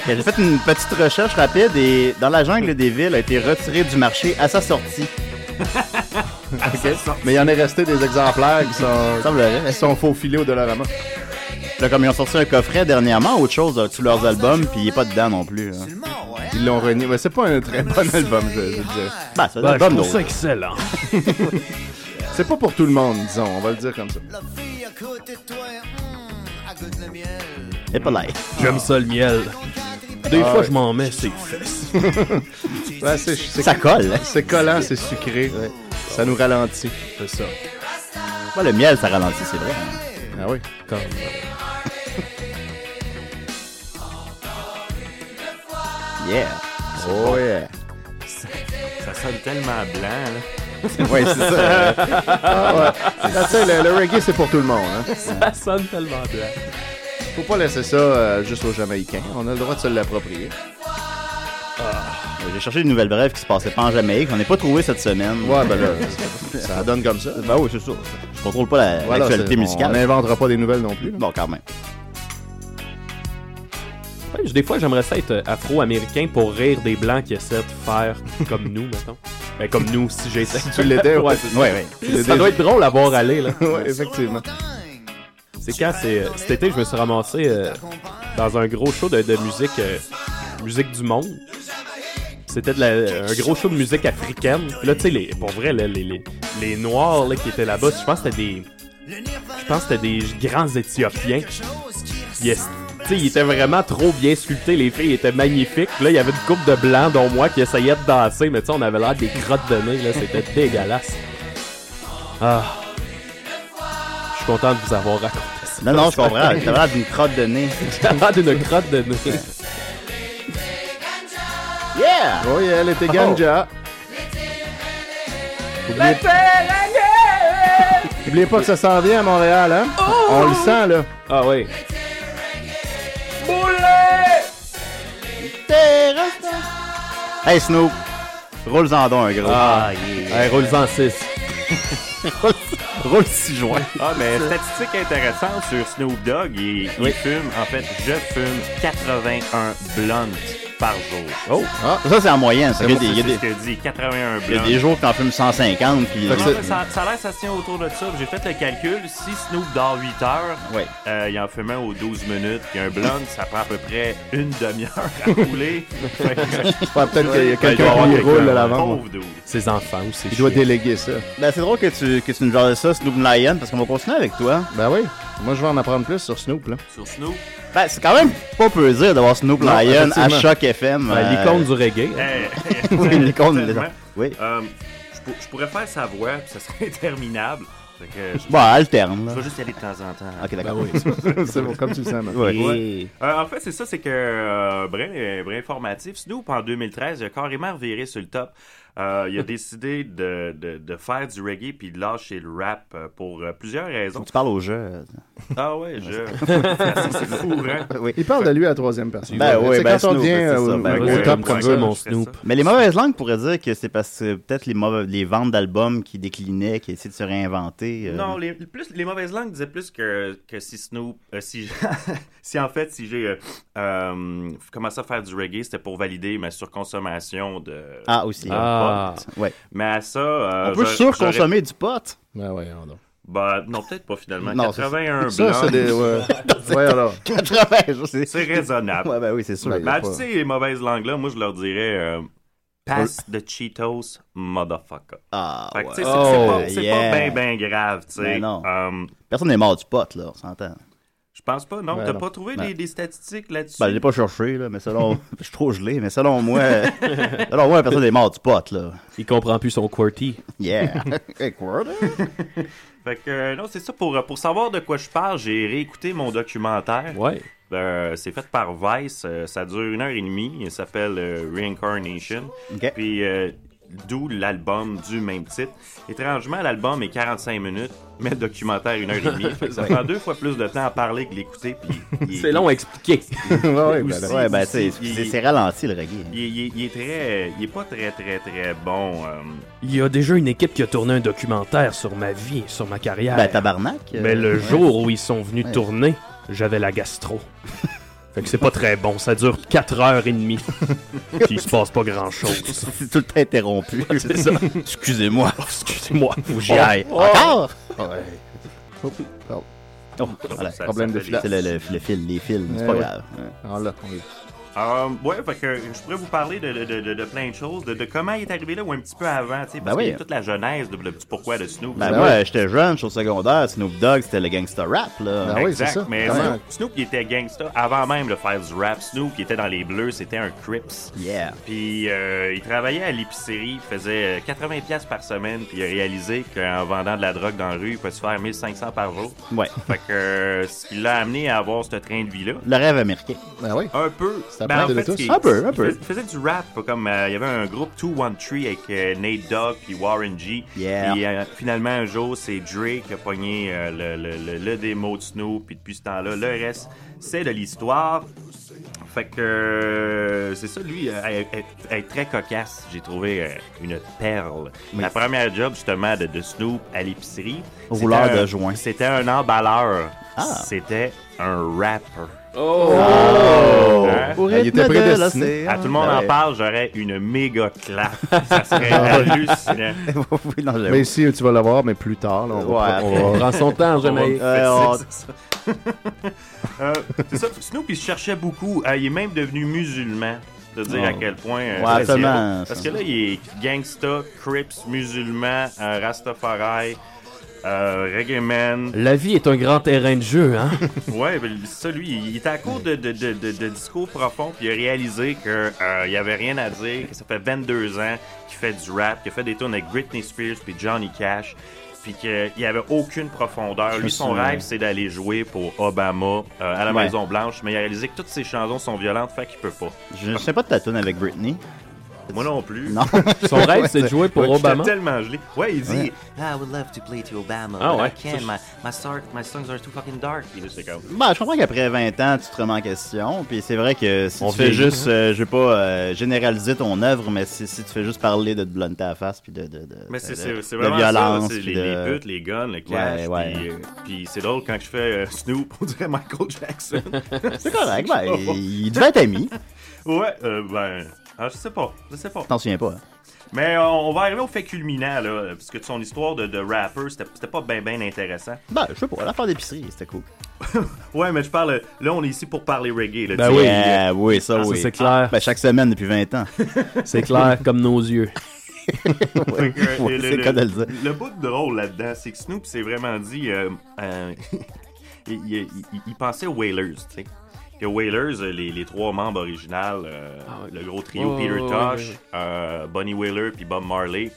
Speaker 4: J'ai fait une petite recherche rapide et Dans la jungle des villes a été retiré du marché à sa sortie.
Speaker 6: Mais il en est resté des exemplaires qui
Speaker 4: Il
Speaker 6: sont,
Speaker 4: semblerait.
Speaker 6: qui sont faux filés au Dollarama.
Speaker 4: Là, comme ils ont sorti un coffret dernièrement, autre chose, euh, tous leurs albums, puis il est pas dedans non plus. hein.
Speaker 6: Ils l'ont renié. Mais c'est pas un très bon album, je, je dirais.
Speaker 4: Bah, c'est un
Speaker 5: Ben, je
Speaker 4: album
Speaker 5: trouve ça
Speaker 4: d'autre.
Speaker 5: excellent.
Speaker 6: C'est pas pour tout le monde, disons. On va le dire comme ça.
Speaker 1: La fille à côté de toi, hmm, elle goûte le miel.
Speaker 4: C'est pas live.
Speaker 5: J'aime ça, le miel. Des
Speaker 6: Ah
Speaker 5: fois,
Speaker 6: ouais.
Speaker 5: je m'en mets ses fesses.
Speaker 6: Ouais, c'est- c'est-
Speaker 4: Ça colle. hein.
Speaker 6: C'est collant, c'est sucré. Ça nous ralentit.
Speaker 5: C'est ça.
Speaker 4: Ouais, le miel, ça ralentit, c'est vrai. hein.
Speaker 6: Ah oui.
Speaker 5: Comme...
Speaker 4: Yeah.
Speaker 6: Oh yeah.
Speaker 7: Ça sonne tellement blanc, là.
Speaker 4: Ouais, c'est ça.
Speaker 6: Ah, tu sais, le, le reggae, c'est pour tout le monde. Hein.
Speaker 5: Ça sonne tellement bien.
Speaker 6: Faut pas laisser ça euh, juste aux Jamaïcains. On a le droit de se l'approprier.
Speaker 4: Ah, J'ai cherché une nouvelle brève qui se passait pas en Jamaïque. J'en ai pas trouvé cette semaine.
Speaker 6: Ouais, ben là, ça donne comme ça.
Speaker 4: Ben oui, c'est ça. Je contrôle pas la-
Speaker 6: Voilà,
Speaker 4: l'actualité
Speaker 6: c'est- On
Speaker 4: musicale.
Speaker 6: n'inventera pas des nouvelles non plus. là.
Speaker 4: Bon, quand même.
Speaker 5: Ouais, je- des fois, j'aimerais ça être euh, afro-américain pour rire des blancs qui essaient de faire comme nous, mettons. Ben, comme nous, si j'étais.
Speaker 6: Tu l'étais, ouais.
Speaker 5: ouais, c'est ça.
Speaker 4: Ouais, ouais.
Speaker 5: Ça doit être drôle à voir aller, là.
Speaker 6: ouais, effectivement.
Speaker 5: C'est quand c'est euh, cet été, je me suis ramassé euh, dans un gros show de, de musique euh, musique du monde. C'était de la- un gros show de musique africaine. Puis Là, tu sais, les- pour vrai, là, les, les, les noirs là, qui étaient là-bas, je pense que c'était des je pense que c'était des grands Éthiopiens. Yes, Tu sais, il était vraiment trop bien sculpté, les filles étaient magnifiques. Puis là, il y avait une coupe de blanc, dont moi, qui essayait de danser, mais tu sais, on avait l'air des crottes de nez, là, c'était dégueulasse. Ah. Je suis content de vous avoir raconté ça.
Speaker 4: Non, non, je comprends. T'avais l'air d'une crotte de nez.
Speaker 5: J'avais l'air d'une crotte de nez.
Speaker 4: Yeah! Oh.
Speaker 6: Oui, Oh, elle était ganja. Oubliez, oubliez pas que ça s'en vient à Montréal, hein?
Speaker 4: Oh.
Speaker 6: On le sent, là.
Speaker 5: Ah oui.
Speaker 4: Hey Snoop, roule-en donc un gros.
Speaker 5: Ah, yeah. Hey, roule-en 6.
Speaker 4: roule 6 joints.
Speaker 7: Ah, mais statistique intéressante sur Snoop Dogg, il, il fume, en fait, je fume 81 blunts par jour.
Speaker 4: Oh! Ah, ça, c'est en moyenne. Ça. Il
Speaker 7: C'est
Speaker 4: y a des- il y a
Speaker 7: ce
Speaker 4: des-
Speaker 7: que dit, 81
Speaker 4: il y a
Speaker 7: blunts.
Speaker 4: des jours que t'en fumes 150, puis... euh,
Speaker 7: Non, mais ça, ça a l'air que ça se tient autour de ça. J'ai fait le calcul. Si Snoop dort 8 heures, euh, il en fume un aux 12 minutes. Puis un blonde, ça prend à peu près une demi-heure à couler. Fait que-
Speaker 6: Ouais, peut-être qu'il y a
Speaker 7: Ouais,
Speaker 6: quelqu'un
Speaker 7: il doit y avoir
Speaker 6: qui
Speaker 7: quelqu'un.
Speaker 6: roule à l'avant.
Speaker 7: Pauvre dude.
Speaker 5: Ses enfants aussi.
Speaker 6: Il doit déléguer ça.
Speaker 4: Ben, c'est drôle que tu, que tu nous parles de ça, Snoop Lion, parce qu'on va continuer avec toi.
Speaker 6: Ben oui. Moi, je vais en apprendre plus sur Snoop, là.
Speaker 7: Sur Snoop.
Speaker 4: Ben, c'est quand même pas peu dire d'avoir Snoop
Speaker 6: Non,
Speaker 4: Lion à
Speaker 6: effectivement.
Speaker 4: Choc FM.
Speaker 6: Ben, l'icône
Speaker 5: du reggae.
Speaker 7: Hey,
Speaker 4: oui, l'icône.
Speaker 7: tellement.
Speaker 4: Oui.
Speaker 7: Euh, je, pour- je pourrais faire sa voix, puis ça serait interminable. Fait que je-
Speaker 4: Bon, alterne, là.
Speaker 7: Je vais juste y aller de temps en temps.
Speaker 4: Ok, d'accord.
Speaker 6: Ben c'est bon, comme tu le sens, man.
Speaker 4: Ouais.
Speaker 7: Ouais. Euh, en fait, c'est ça, c'est que euh, Brin, euh, Brin Informatif, Snoop, en 2013, il a carrément viré sur le top. Euh, il a décidé de, de, de faire du reggae puis de lâcher le rap euh, pour euh, plusieurs raisons.
Speaker 4: Tu parles au jeu. euh.
Speaker 7: Ah ouais, je... c'est c'est fou, hein?
Speaker 6: Il parle de lui à la troisième personne.
Speaker 4: Ben
Speaker 6: Tu
Speaker 4: oui,
Speaker 6: sais,
Speaker 4: ben
Speaker 6: quand on
Speaker 4: Snoop,
Speaker 6: vient
Speaker 4: ben, c'est
Speaker 6: au,
Speaker 4: ça, ben
Speaker 6: au
Speaker 4: oui.
Speaker 6: top comme ça,
Speaker 5: mon Snoop.
Speaker 4: Mais les mauvaises langues pourraient dire que c'est parce que peut-être les, mauvais, les ventes d'albums qui déclinaient, qui essayaient de se réinventer. euh.
Speaker 7: Non, les, plus, les mauvaises langues disaient plus que, que si Snoop. euh, si, si en fait, si j'ai euh, euh, commencé à faire du reggae, c'était pour valider ma surconsommation de.
Speaker 4: Ah, aussi.
Speaker 7: de
Speaker 4: Ah.
Speaker 7: pot.
Speaker 4: Ouais.
Speaker 7: Mais à ça. euh,
Speaker 4: On peut
Speaker 7: j'aurais- j'aurais-
Speaker 4: surconsommer du pot.
Speaker 6: Ben ouais, on
Speaker 7: Bah, non, peut-être pas finalement.
Speaker 4: Non, ça, c'est-
Speaker 7: 81
Speaker 6: Ça, c'est
Speaker 7: blancs.
Speaker 6: des. Ouais, ouais alors.
Speaker 4: 80, je sais.
Speaker 7: C'est raisonnable.
Speaker 4: Ouais, ben oui, c'est sûr.
Speaker 7: Mais
Speaker 4: il y a
Speaker 7: tu
Speaker 4: pas-
Speaker 7: sais, les mauvaises langues-là, moi, je leur dirais euh, Pass the Cheetos, motherfucker.
Speaker 4: Ah,
Speaker 7: Fait que, tu sais,
Speaker 4: ouais.
Speaker 7: c'est- c'est
Speaker 4: Oh,
Speaker 7: pas, c'est
Speaker 4: yeah.
Speaker 7: pas bien, bien grave, tu sais.
Speaker 4: Mais non.
Speaker 7: Euh,
Speaker 4: Personne n'est mort du pot, là, on s'entend.
Speaker 7: je pense pas, non.
Speaker 4: Ben
Speaker 7: T'as
Speaker 4: non.
Speaker 7: pas trouvé
Speaker 4: Ben.
Speaker 7: des, des statistiques là-dessus?
Speaker 4: Ben, je l'ai pas cherché, là, mais selon. je suis trop gelé, mais selon moi. selon moi, personne n'est mort du pot, là.
Speaker 5: Il comprend plus son QWERTY.
Speaker 4: Yeah. Hey, quoi, là?
Speaker 7: Fait que, euh, non, c'est ça. Pour, euh, pour savoir de quoi je parle, j'ai réécouté mon documentaire.
Speaker 5: Ouais.
Speaker 7: Euh, c'est fait par Vice. euh, ça dure une heure et demie. Il s'appelle euh, Reincarnation.
Speaker 4: Ok.
Speaker 7: Puis, euh, d'où l'album du même titre. Étrangement, l'album est 45 minutes, mais le documentaire, une heure et demie. Fait que ça
Speaker 4: Ouais.
Speaker 7: prend deux fois plus de temps à parler que l'écouter. puis il-
Speaker 5: C'est long à expliquer.
Speaker 6: ouais,
Speaker 7: Aussi,
Speaker 6: ben,
Speaker 4: Ouais, ben, tu sais,
Speaker 7: il-
Speaker 4: c'est c'est ralenti, le reggae. hein.
Speaker 7: Il, il- il est très, il est pas très très très bon. euh,
Speaker 5: Il y a déjà une équipe qui a tourné un documentaire sur ma vie, sur ma carrière.
Speaker 4: Ben, tabarnak. euh,
Speaker 5: Mais le
Speaker 4: ouais.
Speaker 5: jour où ils sont venus
Speaker 4: Ouais.
Speaker 5: tourner, j'avais la gastro. Fait que c'est pas très bon. Ça dure 4 heures et demie. Puis il se passe pas grand chose.
Speaker 4: C'est tout le temps interrompu.
Speaker 5: C'est ça. Oh,
Speaker 4: Excusez-moi.
Speaker 5: Excusez-moi. Oh. Faut que j'y
Speaker 4: Oh,
Speaker 5: aille.
Speaker 4: Encore?
Speaker 6: Pardon.
Speaker 4: Oh, voilà.
Speaker 7: ça-
Speaker 6: problème
Speaker 7: ça
Speaker 6: de
Speaker 7: fait
Speaker 6: fil.
Speaker 4: C'est le, le- le fil, les films, c'est
Speaker 6: Eh
Speaker 4: pas
Speaker 6: ouais.
Speaker 4: grave. hein.
Speaker 6: Ah, là, on est-
Speaker 7: Euh, ouais, fait que je pourrais vous parler de, de- de- de- de plein de choses, de, de comment il est arrivé là ou un petit peu avant, tu sais,
Speaker 4: Ben
Speaker 7: parce
Speaker 4: oui.
Speaker 7: qu'il y a toute la genèse de, de- du pourquoi de Snoop.
Speaker 4: Ben,
Speaker 6: Ben
Speaker 4: moi,
Speaker 6: ouais.
Speaker 4: j'étais jeune, je suis au secondaire, Snoop Dogg, c'était le gangster rap, là.
Speaker 6: Ben oui,
Speaker 7: Exact,
Speaker 6: c'est ça.
Speaker 7: mais
Speaker 6: Comment-
Speaker 7: Snoop, Snoop, il était gangsta avant même de faire du rap. Snoop, il était dans les bleus, c'était un Crips.
Speaker 4: Yeah.
Speaker 7: Puis euh, il travaillait à l'épicerie, il faisait euh, 80 pièces par semaine, puis il a réalisé qu'en vendant de la drogue dans la rue, il peut se faire 1500 par jour.
Speaker 4: Ouais.
Speaker 7: Fait que euh, ce qui l'a amené à avoir ce train de vie-là.
Speaker 4: Le rêve américain.
Speaker 6: Ben oui.
Speaker 7: Un peu.
Speaker 6: Ça parle de tous.
Speaker 7: ce qui-
Speaker 4: Un peu, un peu.
Speaker 7: Il fais- faisait du rap, comme euh, il y avait un groupe 213 avec euh, Nate Dogg puis Warren G.
Speaker 4: Yeah.
Speaker 7: Puis euh, finalement, un jour, c'est Dre qui a pogné euh, le, le, le, le démo de Snoop. Puis depuis ce temps-là, le reste, c'est de l'histoire. Fait que euh, c'est ça, lui, euh, elle- elle- elle est très cocasse. J'ai trouvé euh, une perle. La première job, justement, de, de Snoop à l'épicerie.
Speaker 4: Au
Speaker 7: c'était
Speaker 4: rouleur de
Speaker 7: un-
Speaker 4: joint.
Speaker 7: C'était un emballeur.
Speaker 4: Ah.
Speaker 7: C'était un rapper.
Speaker 5: Oh!
Speaker 7: Hein?
Speaker 4: Au
Speaker 6: Ah, il
Speaker 4: rythme
Speaker 6: était
Speaker 4: de
Speaker 6: prédestiné.
Speaker 7: À
Speaker 4: l'océan.
Speaker 7: tout le monde en
Speaker 4: Ouais.
Speaker 7: parle, j'aurais une méga clap. Ça serait hallucinant.
Speaker 4: oui, non, j'avoue.
Speaker 6: Mais ici, tu vas l'avoir, mais plus tard, là, on va-
Speaker 4: Ouais.
Speaker 6: on va-
Speaker 5: Prends son temps,
Speaker 7: Ouais,
Speaker 5: Jamaïque.
Speaker 4: Euh, on-
Speaker 7: c'est ça. Euh, c'est ça, Snoop, il se cherchait beaucoup. Euh, il est même devenu musulman. De dire
Speaker 4: Oh.
Speaker 7: à quel point. euh,
Speaker 4: Ouais,
Speaker 7: c'est-
Speaker 4: absolument.
Speaker 7: Parce que là, il est gangsta, crips, musulman, euh, rastafari. euh, Reggae Man.
Speaker 5: La vie est un grand terrain de jeu, hein?
Speaker 7: Ouais, ben, ça, lui, il était à court de, de, de, de- de discours profond, puis il a réalisé qu'il n'y avait rien à dire, que ça fait 22 ans qu'il fait du rap, qu'il a fait des tunes avec Britney Spears puis Johnny Cash, puis qu'il n'y avait aucune profondeur.
Speaker 8: Je
Speaker 7: Lui, son
Speaker 8: sais.
Speaker 7: rêve, c'est d'aller jouer pour Obama euh, à la
Speaker 4: Ouais.
Speaker 7: Maison-Blanche, mais il a réalisé que toutes ses chansons sont violentes, fait qu'il peut pas.
Speaker 4: Je ne sais pas de ta tune avec Britney.
Speaker 7: Moi non plus.
Speaker 4: Non.
Speaker 5: Son rêve, c'est de jouer pour
Speaker 7: Ouais, j'étais
Speaker 5: Obama?
Speaker 7: tellement gelé. Ouais, il dit
Speaker 4: Ouais.
Speaker 7: I would love to play to Obama,
Speaker 5: Ah
Speaker 7: but
Speaker 5: ouais.
Speaker 7: I can't. My, my, star- my songs are too fucking dark. Puis là, c'est comme.
Speaker 4: Bah, je comprends qu'après 20 ans, tu te remets en question. Puis c'est vrai que si
Speaker 5: On
Speaker 4: tu fais
Speaker 5: vieillit.
Speaker 4: juste, euh, je vais pas euh, généraliser ton œuvre, mais si, si tu fais juste parler de te blunter à la face, puis de, de, de,
Speaker 7: Mais
Speaker 4: de-
Speaker 7: c'est-
Speaker 4: de-
Speaker 7: c'est c'est
Speaker 4: de
Speaker 7: vraiment
Speaker 4: violence,
Speaker 7: ça, c'est
Speaker 4: puis
Speaker 7: les,
Speaker 4: de-
Speaker 7: les buts, les guns, le cash. Puis, euh, puis c'est drôle quand je fais euh, Snoop, on dirait Michael Jackson.
Speaker 4: C'est correct, ben, il il devait être ami.
Speaker 7: Ouais, euh, ben, ah, je sais pas, je sais pas.
Speaker 4: T'en souviens pas, hein?
Speaker 7: Mais euh, on va arriver au fait culminant, là, euh, parce que son histoire de, de rapper, c'était c'était pas bien, bien intéressant.
Speaker 4: Ben, je sais pas, l'affaire d'épicerie, c'était cool.
Speaker 7: Ouais, mais je parle, euh, là, on est ici pour parler reggae, là,
Speaker 4: Ben
Speaker 7: tu
Speaker 4: oui,
Speaker 7: sais.
Speaker 4: euh, oui, ça,
Speaker 5: Ah, ça,
Speaker 4: oui.
Speaker 5: c'est clair.
Speaker 4: Ben, chaque semaine depuis 20 ans.
Speaker 5: C'est clair comme nos yeux.
Speaker 4: Ouais,
Speaker 7: Fait que,
Speaker 4: ouais,
Speaker 7: euh, le-
Speaker 4: c'est
Speaker 7: le-
Speaker 4: comme de le dire.
Speaker 7: Le bout de drôle là-dedans, c'est que Snoop s'est vraiment dit. euh, euh, il, il- il- il pensait aux Whalers, tu sais. Que Whalers, euh, les, les trois membres originaux, euh, le gros trio
Speaker 8: Ah Ouais,
Speaker 7: Peter
Speaker 8: ouais, ouais,
Speaker 7: Tosh,
Speaker 8: ouais, ouais.
Speaker 7: euh, Bonnie Whaler puis Bob Marley,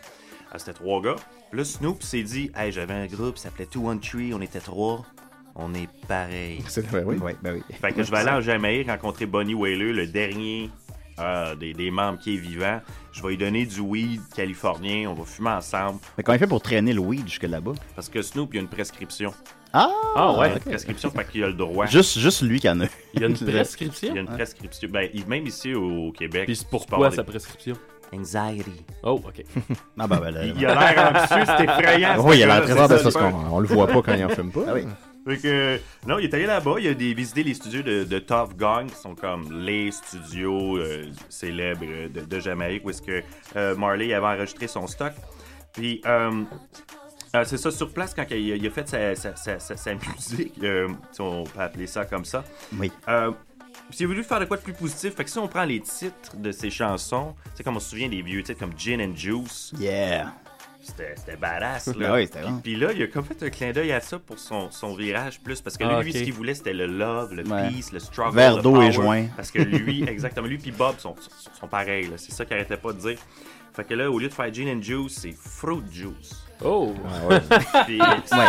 Speaker 7: euh, c'était trois gars. Puis Là, Snoop s'est dit Hey, j'avais un groupe, ça s'appelait Two One Tree, on était trois, on est pareil.
Speaker 6: C'est- ben oui.
Speaker 7: Fait que je vais aller en Jamaïque rencontrer Bonnie Whaler, le dernier euh, des, des membres qui est vivant. Je vais lui donner du weed californien, on va fumer ensemble.
Speaker 4: Mais comment il fait pour traîner le weed jusque là-bas?
Speaker 7: Parce que Snoop, il y a une prescription.
Speaker 4: Ah!
Speaker 7: Il y a une
Speaker 4: ok.
Speaker 7: prescription, fait qu'il a le
Speaker 5: Ah.
Speaker 7: droit.
Speaker 4: Juste, juste lui qui en a.
Speaker 7: Il y a une
Speaker 5: prescription?
Speaker 7: Il y a une prescription. Ben, il- même ici au Québec.
Speaker 5: Puis c'est
Speaker 7: tu peux
Speaker 5: pourquoi
Speaker 7: avoir
Speaker 5: sa
Speaker 7: des-
Speaker 5: prescription?
Speaker 7: Anxiety.
Speaker 5: Oh, ok.
Speaker 4: Ah, ben, ben, là, ben,
Speaker 7: Il a l'air anxieux, c'est effrayant.
Speaker 4: Oui, il a
Speaker 7: ce
Speaker 4: l'air
Speaker 7: gars-là,
Speaker 4: très
Speaker 7: c'est
Speaker 4: anxieux.
Speaker 7: ça,
Speaker 4: parce
Speaker 7: peur.
Speaker 4: qu'on-
Speaker 6: on le voit pas quand il en fume pas.
Speaker 4: Ah oui.
Speaker 7: Fait que, euh, non, il est allé là-bas, il a des- visité les studios de, de Tough Gang, qui sont comme les studios euh, célèbres euh, de, de Jamaïque, où est-ce que euh, Marley avait enregistré son stock. Puis, euh, euh, c'est ça, sur place, quand il a, il a fait sa, sa- sa- sa- sa musique, euh, si on peut appeler ça comme ça.
Speaker 4: Oui.
Speaker 7: Euh, puis il a voulu faire de quoi de plus positif. Fait que si on prend les titres de ses chansons, tu sais, comme on se souvient des vieux titres comme Gin and Juice.
Speaker 4: Yeah.
Speaker 7: C'était c'était badass, là.
Speaker 4: Ah oui, c'était
Speaker 7: Puis-
Speaker 4: bon.
Speaker 7: Puis là, il a comme fait un clin d'œil à ça pour son, son virage plus. Parce que là,
Speaker 4: Ah,
Speaker 7: lui,
Speaker 4: ok.
Speaker 7: ce qu'il voulait, c'était le love, le
Speaker 4: Ouais.
Speaker 7: peace, le struggle.
Speaker 4: Verre
Speaker 7: le
Speaker 4: d'eau et
Speaker 7: power.
Speaker 4: joint.
Speaker 7: Parce que lui, exactement, lui puis Bob sont, sont, sont pareils, là. C'est ça qu'il arrêtait pas de dire. Fait que là, au lieu de faire gin and juice, c'est fruit juice.
Speaker 5: Oh!
Speaker 4: Ah ouais.
Speaker 7: Puis,
Speaker 4: Ouais.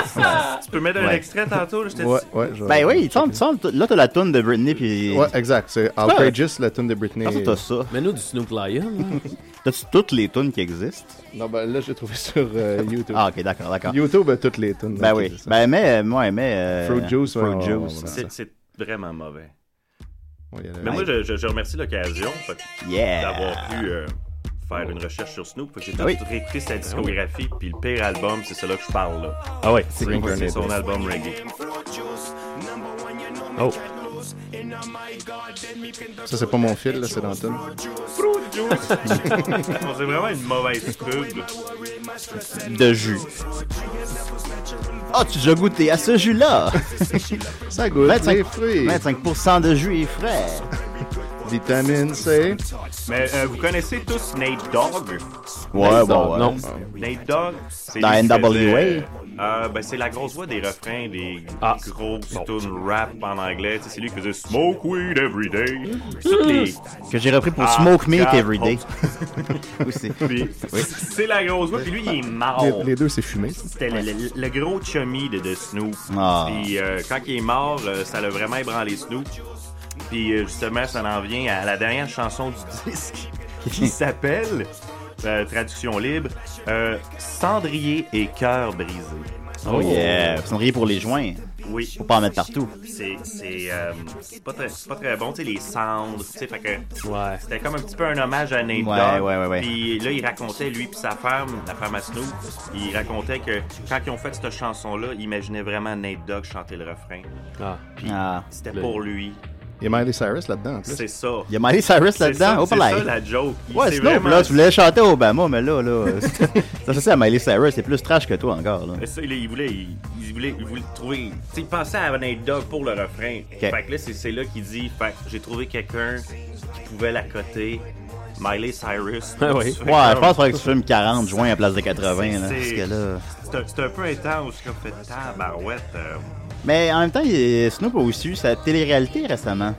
Speaker 7: Tu peux mettre un
Speaker 4: Ouais.
Speaker 7: extrait tantôt, là, je te
Speaker 6: Ouais,
Speaker 7: dis.
Speaker 6: ouais, je vais-
Speaker 4: Ben oui, il semble, il semble- là, t'as la toune de Britney, puis.
Speaker 6: Ouais, exact. C'est
Speaker 4: pas vrai.
Speaker 6: Outrageous, la tune de Britney.
Speaker 4: Ah, ça, t'as ça.
Speaker 5: Mais nous, du Snoop Lion.
Speaker 4: T'as-tu toutes les tunes qui existent?
Speaker 6: Non, ben là, j'ai trouvé sur euh, YouTube.
Speaker 4: Ah, ok, d'accord, d'accord.
Speaker 6: YouTube a toutes les tunes.
Speaker 4: Ben
Speaker 6: donc,
Speaker 4: oui.
Speaker 6: c'est ça.
Speaker 4: Ben, mais, euh, moi, mais. euh,
Speaker 6: Fruit Juice, ouais,
Speaker 4: Fruit
Speaker 6: ouais,
Speaker 4: Juice.
Speaker 6: ouais,
Speaker 7: C'est- C'est vraiment mauvais.
Speaker 6: Ouais,
Speaker 7: Mais moi, je, je- je remercie l'occasion fait que,
Speaker 4: Yeah.
Speaker 7: d'avoir pu euh, faire une recherche sur Snoop. Fait que J'ai
Speaker 6: Ah
Speaker 7: tout
Speaker 4: Oui.
Speaker 7: réécouté sa discographie, puis le pire album, c'est celui-là que je parle. Là.
Speaker 4: Ah ouais,
Speaker 7: c'est
Speaker 4: c'est
Speaker 7: c'est
Speaker 4: Reincarnated.
Speaker 7: son album reggae.
Speaker 6: Oh. Ça, c'est pas mon fil, là, c'est dans la tune.
Speaker 7: Bon, c'est vraiment une mauvaise pub.
Speaker 4: De jus. Ah, tu as déjà goûté à ce jus-là?
Speaker 6: Ça goûte les fruits.
Speaker 4: 25% de jus est frais.
Speaker 6: Vitamine C.
Speaker 7: Mais euh, vous connaissez tous Nate Dogg?
Speaker 4: Ouais, ouais, ouais. Non.
Speaker 7: Nate Dogg, c'est
Speaker 4: Dans
Speaker 7: lui qui
Speaker 4: NWA.
Speaker 7: faisait- Euh, ben, c'est la grosse voix des refrains des
Speaker 4: Ah.
Speaker 7: grosses tunes rap en anglais. Tu sais, c'est lui qui faisait Smoke Weed Every Day. Toutes les-
Speaker 4: Que j'ai repris pour
Speaker 7: Ah,
Speaker 4: Hmm. Smoke Meat
Speaker 7: God,
Speaker 4: Every Day.
Speaker 7: oh.
Speaker 4: Aussi.
Speaker 7: Puis,
Speaker 4: Oui.
Speaker 7: C'est la grosse voix, puis lui, il est mort.
Speaker 6: Les, les deux, c'est fumé.
Speaker 7: C'était le, le- le gros chummy de, de Snoop.
Speaker 6: Ah.
Speaker 7: Puis euh, quand il est mort, euh, ça l'a vraiment ébranlé Snoop. Puis euh, justement, ça en vient à la dernière chanson du disque qui s'appelle, euh, traduction libre, euh, Cendrier et cœur brisé.
Speaker 4: Oh yeah. Cendrier pour les joints.
Speaker 7: Oui.
Speaker 4: Faut pas en mettre partout.
Speaker 7: C'est c'est, euh, c'est pas, très- c'est pas très bon, tu sais, les cendres, tu sais, fait que c'était comme un petit peu un hommage à Nate
Speaker 4: Ouais,
Speaker 7: Dogg.
Speaker 4: ouais, ouais, ouais.
Speaker 7: Puis là, il racontait, lui puis sa femme, la femme à Snoop, il racontait que quand ils ont fait cette chanson-là, il imaginait vraiment Nate Dogg chanter le refrain.
Speaker 5: Ah.
Speaker 7: C'était pour lui.
Speaker 6: Il y a Miley Cyrus là-dedans, en plus.
Speaker 7: C'est ça.
Speaker 4: Il y a Miley Cyrus
Speaker 7: C'est ça,
Speaker 4: là-dedans. Oh,
Speaker 7: C'est
Speaker 4: palais.
Speaker 7: ça la joke. Il
Speaker 4: Ouais,
Speaker 7: s'est
Speaker 4: Snoop,
Speaker 7: vraiment-
Speaker 4: là, tu voulais chanter à Obama, mais là, là. ça, ça, c'est à Miley Cyrus. C'est plus trash que toi encore, là.
Speaker 7: Mais ça, il, il voulait, il, il voulait, il voulait trouver. Tu sais, il pensait à Nate Dogg pour le refrain. Fait que là, c'est, c'est là qu'il dit Fait que j'ai trouvé quelqu'un qui pouvait l'accoter. Miley Cyrus.
Speaker 4: Ah Ouais, je pense qu'il faudrait que tu fumes 40 joints à place de 80, là.
Speaker 7: C'est-
Speaker 4: Parce que là.
Speaker 7: C'est c'est un- c'est un peu intense, comme fait tabarouette. euh,
Speaker 4: Mais en même temps, il- Snoop a aussi eu sa télé-réalité récemment.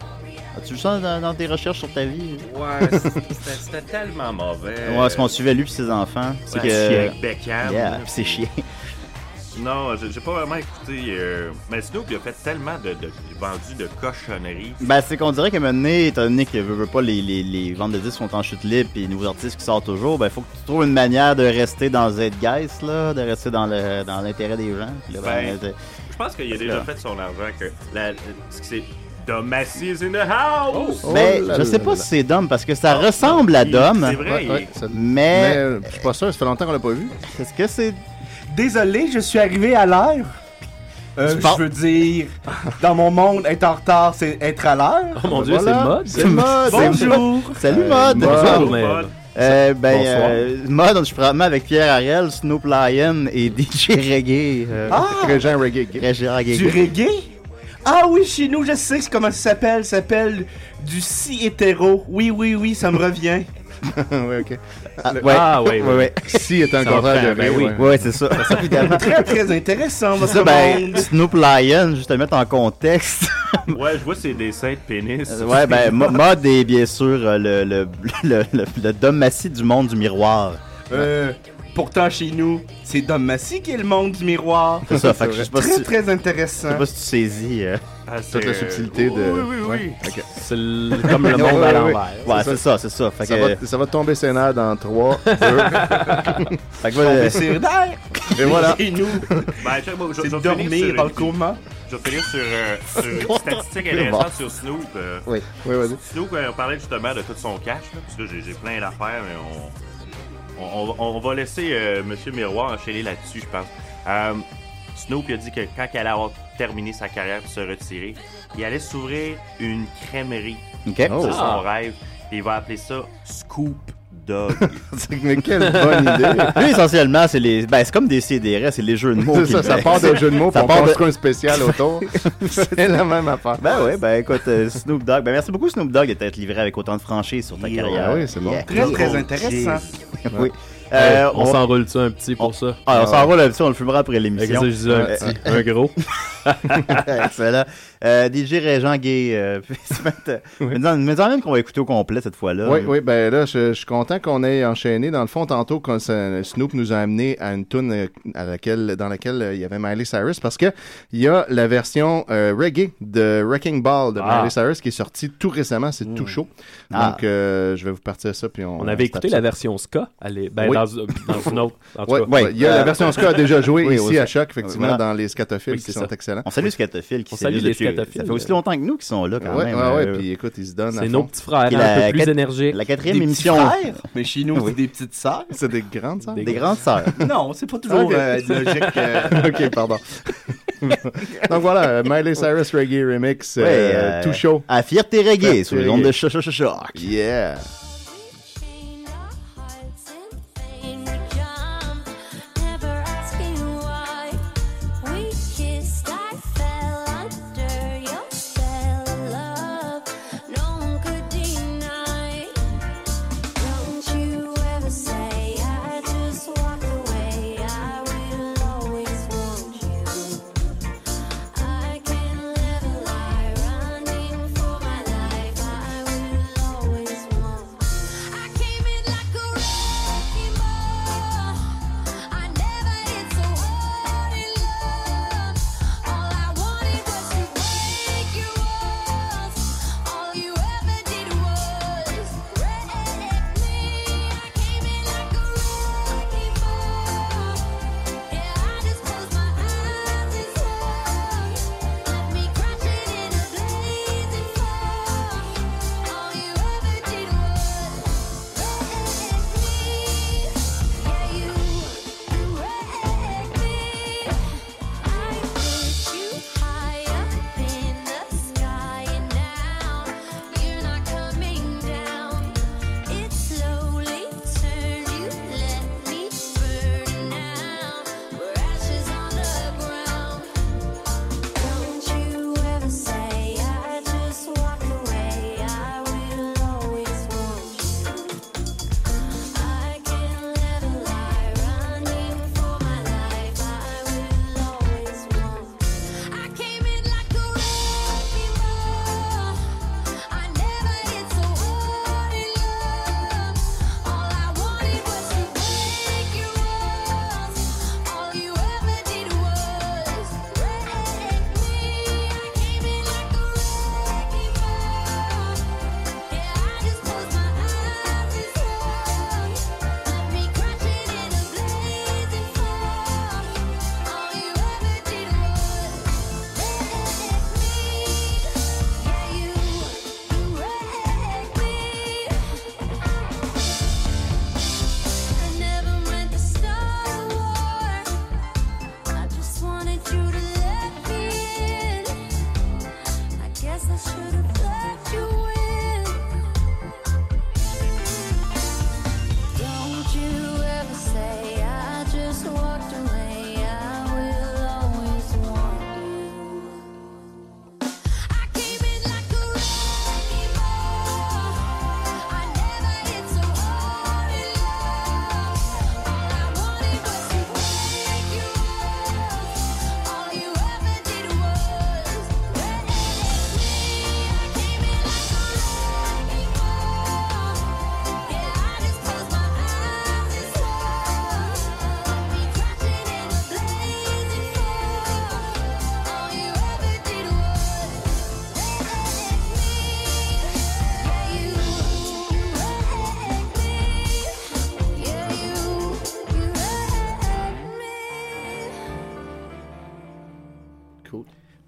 Speaker 4: As-tu vu ça dans, dans tes recherches sur ta vie?
Speaker 7: Ouais, c'était- c'était tellement mauvais.
Speaker 4: Ouais, ce qu'on suivait lui et ses enfants.
Speaker 7: Ouais,
Speaker 4: que-
Speaker 7: c'est avec Beckham.
Speaker 4: Yeah, pis c'est chiant.
Speaker 7: Non, j'ai j'ai pas vraiment écouté. euh, Mais Snoop, il a fait tellement de, de- vendu de cochonneries.
Speaker 4: Ben, c'est qu'on dirait qu'à un moment donné, étant donné que veux, veux pas, les, les, les ventes de disques sont en chute libre et les nouveaux artistes qui sortent toujours, ben, faut que tu trouves une manière de rester dans Zeitgeist, là, de rester dans le dans l'intérêt des gens. Puis là, ben,
Speaker 7: Ben,
Speaker 4: c'est-
Speaker 7: je pense qu'il a
Speaker 4: c'est
Speaker 7: déjà
Speaker 4: là.
Speaker 7: fait son argent que. La, ce que c'est. The Massey is in the house!
Speaker 4: Ben, je sais pas si c'est Dom parce que ça ressemble à Dom.
Speaker 7: c'est vrai, il-
Speaker 6: ça-
Speaker 4: mais-
Speaker 6: euh, je suis pas sûr, ça fait longtemps qu'on l'a pas vu.
Speaker 4: Est-ce que c'est.
Speaker 8: Désolé, je suis arrivé à l'heure. Euh,
Speaker 6: Tu pars-
Speaker 8: je veux dire, dans mon monde, être en retard, c'est être à l'heure.
Speaker 5: Oh mon Dieu,
Speaker 4: C'est le mode. c'est le
Speaker 8: Bonjour.
Speaker 4: mode. Salut mode.
Speaker 8: Bonjour, Mode.
Speaker 4: Euh, ben,
Speaker 8: Bonsoir.
Speaker 4: euh, mode, je suis probablement avec Pierre Harel, Snoop Lion et DJ Reggae. euh,
Speaker 8: Ah!
Speaker 4: Régent Reggae. Régent Reggae.
Speaker 8: Du reggae? Ah oui, chez nous, je sais c'est comment ça s'appelle. Ça s'appelle du si hétéro. Oui, oui, oui, ça me revient.
Speaker 6: ouais, ok.
Speaker 4: Ah,
Speaker 6: Le-
Speaker 4: ouais. Ah, ouais, ouais, ouais.
Speaker 6: Si est un
Speaker 4: Ça reprend,
Speaker 6: contraire de
Speaker 4: ben
Speaker 6: rire,
Speaker 4: oui. Ouais, c'est ça. Évidemment.
Speaker 8: très, très intéressant,
Speaker 4: C'est
Speaker 8: votre
Speaker 4: ça, ben,
Speaker 8: monde.
Speaker 4: Snoop Lion, juste te mettre en contexte.
Speaker 7: Ouais, je vois ses dessins de pénis.
Speaker 4: Euh, ouais, ben, Mo- Mod est bien sûr euh, le, le, le, le, le Dom Massy du monde du miroir.
Speaker 8: Euh, pourtant, chez nous, c'est Dom Massy qui est le monde du miroir.
Speaker 4: C'est ça, fait que je sais pas
Speaker 8: Très,
Speaker 4: si-
Speaker 8: très
Speaker 4: Je
Speaker 8: intéressant.
Speaker 4: sais pas si tu saisis. euh,
Speaker 7: Ah,
Speaker 6: Toute la subtilité de.
Speaker 5: C'est comme le monde à l'envers.
Speaker 4: Ouais, c'est ça, c'est ça. Fait
Speaker 6: Ça
Speaker 4: que-
Speaker 6: va, ça va tomber scénar dans 3, 2.
Speaker 4: Fait que voilà.
Speaker 8: C'est d'air.
Speaker 6: Et voilà.
Speaker 8: Chez nous,
Speaker 7: Ben, check, moi, je-
Speaker 8: c'est
Speaker 7: je vais finir
Speaker 8: dormir
Speaker 7: sur
Speaker 8: dans le
Speaker 7: une-
Speaker 8: coma.
Speaker 7: Je vais finir sur, euh, sur une statistique
Speaker 6: C'est mort.
Speaker 7: intéressante sur Snoop. euh,
Speaker 6: Oui, oui, vas-y.
Speaker 7: Snoop, euh, on parlait justement de tout son cash. Là, parce que j'ai- j'ai plein d'affaires, mais on, on, on- on va laisser euh, Monsieur Miroir enchaîner là-dessus, je pense. Euh, Snoop il a dit que quand il allait avoir terminé sa carrière et se retirer, il allait s'ouvrir une crèmerie.
Speaker 4: Ok.
Speaker 7: C'est
Speaker 4: Oh.
Speaker 7: son rêve. Il va appeler ça Scoop Dog.
Speaker 6: Mais quelle bonne idée.
Speaker 4: Lui, essentiellement, c'est les. Ben, c'est comme des CDR, c'est les jeux de mots.
Speaker 6: C'est
Speaker 4: qui-
Speaker 6: ça, ça part des jeux de mots,
Speaker 4: Ça
Speaker 6: puis on
Speaker 4: part de-
Speaker 6: construit un spécial autour. C'est la même affaire.
Speaker 4: Ben ouais, ben écoute, euh, Snoop Dogg. Ben merci beaucoup Snoop Dogg d'être livré avec autant de franchise sur ta carrière.
Speaker 6: Ah oui, c'est bon.
Speaker 8: Très, très intéressant.
Speaker 4: oui. Euh,
Speaker 5: on
Speaker 4: va-
Speaker 5: s'enroule-tu un petit pour ça?
Speaker 4: Ah, on s'enroule un petit, on le fumera après l'émission.
Speaker 5: Fait que ça, je disais un
Speaker 4: Euh,
Speaker 5: petit,
Speaker 4: euh,
Speaker 5: un gros.
Speaker 4: Excellent. Euh, DJ Régent Gay, euh, nous emmène qu'on va écouter au complet cette fois-là.
Speaker 6: Oui, oui, ben là, je, je suis content qu'on ait enchaîné. Dans le fond, tantôt, quand ça- Snoop nous a amené à une tune euh, à laquelle, dans laquelle euh, il y avait Miley Cyrus, parce que il y a la version euh, reggae de Wrecking Ball de
Speaker 5: Ah.
Speaker 6: Miley Cyrus qui est sortie tout récemment, c'est
Speaker 8: Hmm.
Speaker 6: tout chaud.
Speaker 5: Ah.
Speaker 6: Donc, euh, je vais vous partir ça, puis on.
Speaker 5: On avait
Speaker 6: se
Speaker 5: écouté
Speaker 6: tape
Speaker 5: la
Speaker 6: ça.
Speaker 5: version Ska. Elle est- ben,
Speaker 6: Oui.
Speaker 5: dans,
Speaker 8: euh,
Speaker 5: dans une autre. En tout
Speaker 6: Ouais,
Speaker 5: cas.
Speaker 6: ouais, il y a la version Ska a déjà joué
Speaker 4: oui,
Speaker 6: ici
Speaker 4: aussi.
Speaker 6: à choc, effectivement,
Speaker 4: Voilà.
Speaker 6: dans les
Speaker 5: Ah,
Speaker 6: scatophiles
Speaker 4: Oui,
Speaker 6: qui
Speaker 4: c'est
Speaker 6: sont
Speaker 4: ça.
Speaker 6: excellents.
Speaker 4: On salue les scatophiles qui
Speaker 5: On
Speaker 4: s'amusent
Speaker 5: salue les
Speaker 4: depuis- euh,
Speaker 5: scatophiles.
Speaker 4: Ça fait aussi longtemps que nous qui sont là quand
Speaker 6: Ouais,
Speaker 4: même.
Speaker 6: ouais, ouais,
Speaker 4: euh,
Speaker 6: puis écoute, ils se donnent. à
Speaker 5: C'est
Speaker 6: fond.
Speaker 5: nos petits frères,
Speaker 4: Puis
Speaker 5: hein,
Speaker 4: la
Speaker 5: un peu plus
Speaker 4: quat-
Speaker 5: énergiques.
Speaker 4: La quatrième
Speaker 8: Des petits
Speaker 4: émission.
Speaker 8: frères, mais chez nous,
Speaker 4: Oui.
Speaker 8: c'est des petites sœurs.
Speaker 6: C'est des grandes sœurs.
Speaker 4: Des grandes sœurs.
Speaker 8: Non, c'est pas toujours
Speaker 6: Ok.
Speaker 8: euh, logique. euh,
Speaker 6: ok, pardon. Donc voilà, euh, Miley Cyrus Reggae Remix, euh,
Speaker 4: Ouais, euh,
Speaker 6: tout chaud.
Speaker 4: À fierté reggae
Speaker 6: Fierté
Speaker 4: sur les ondes de
Speaker 6: reggae.
Speaker 4: Cho- Cho- Cho- Choc.
Speaker 6: Yeah.
Speaker 9: Running for my life, I will always want.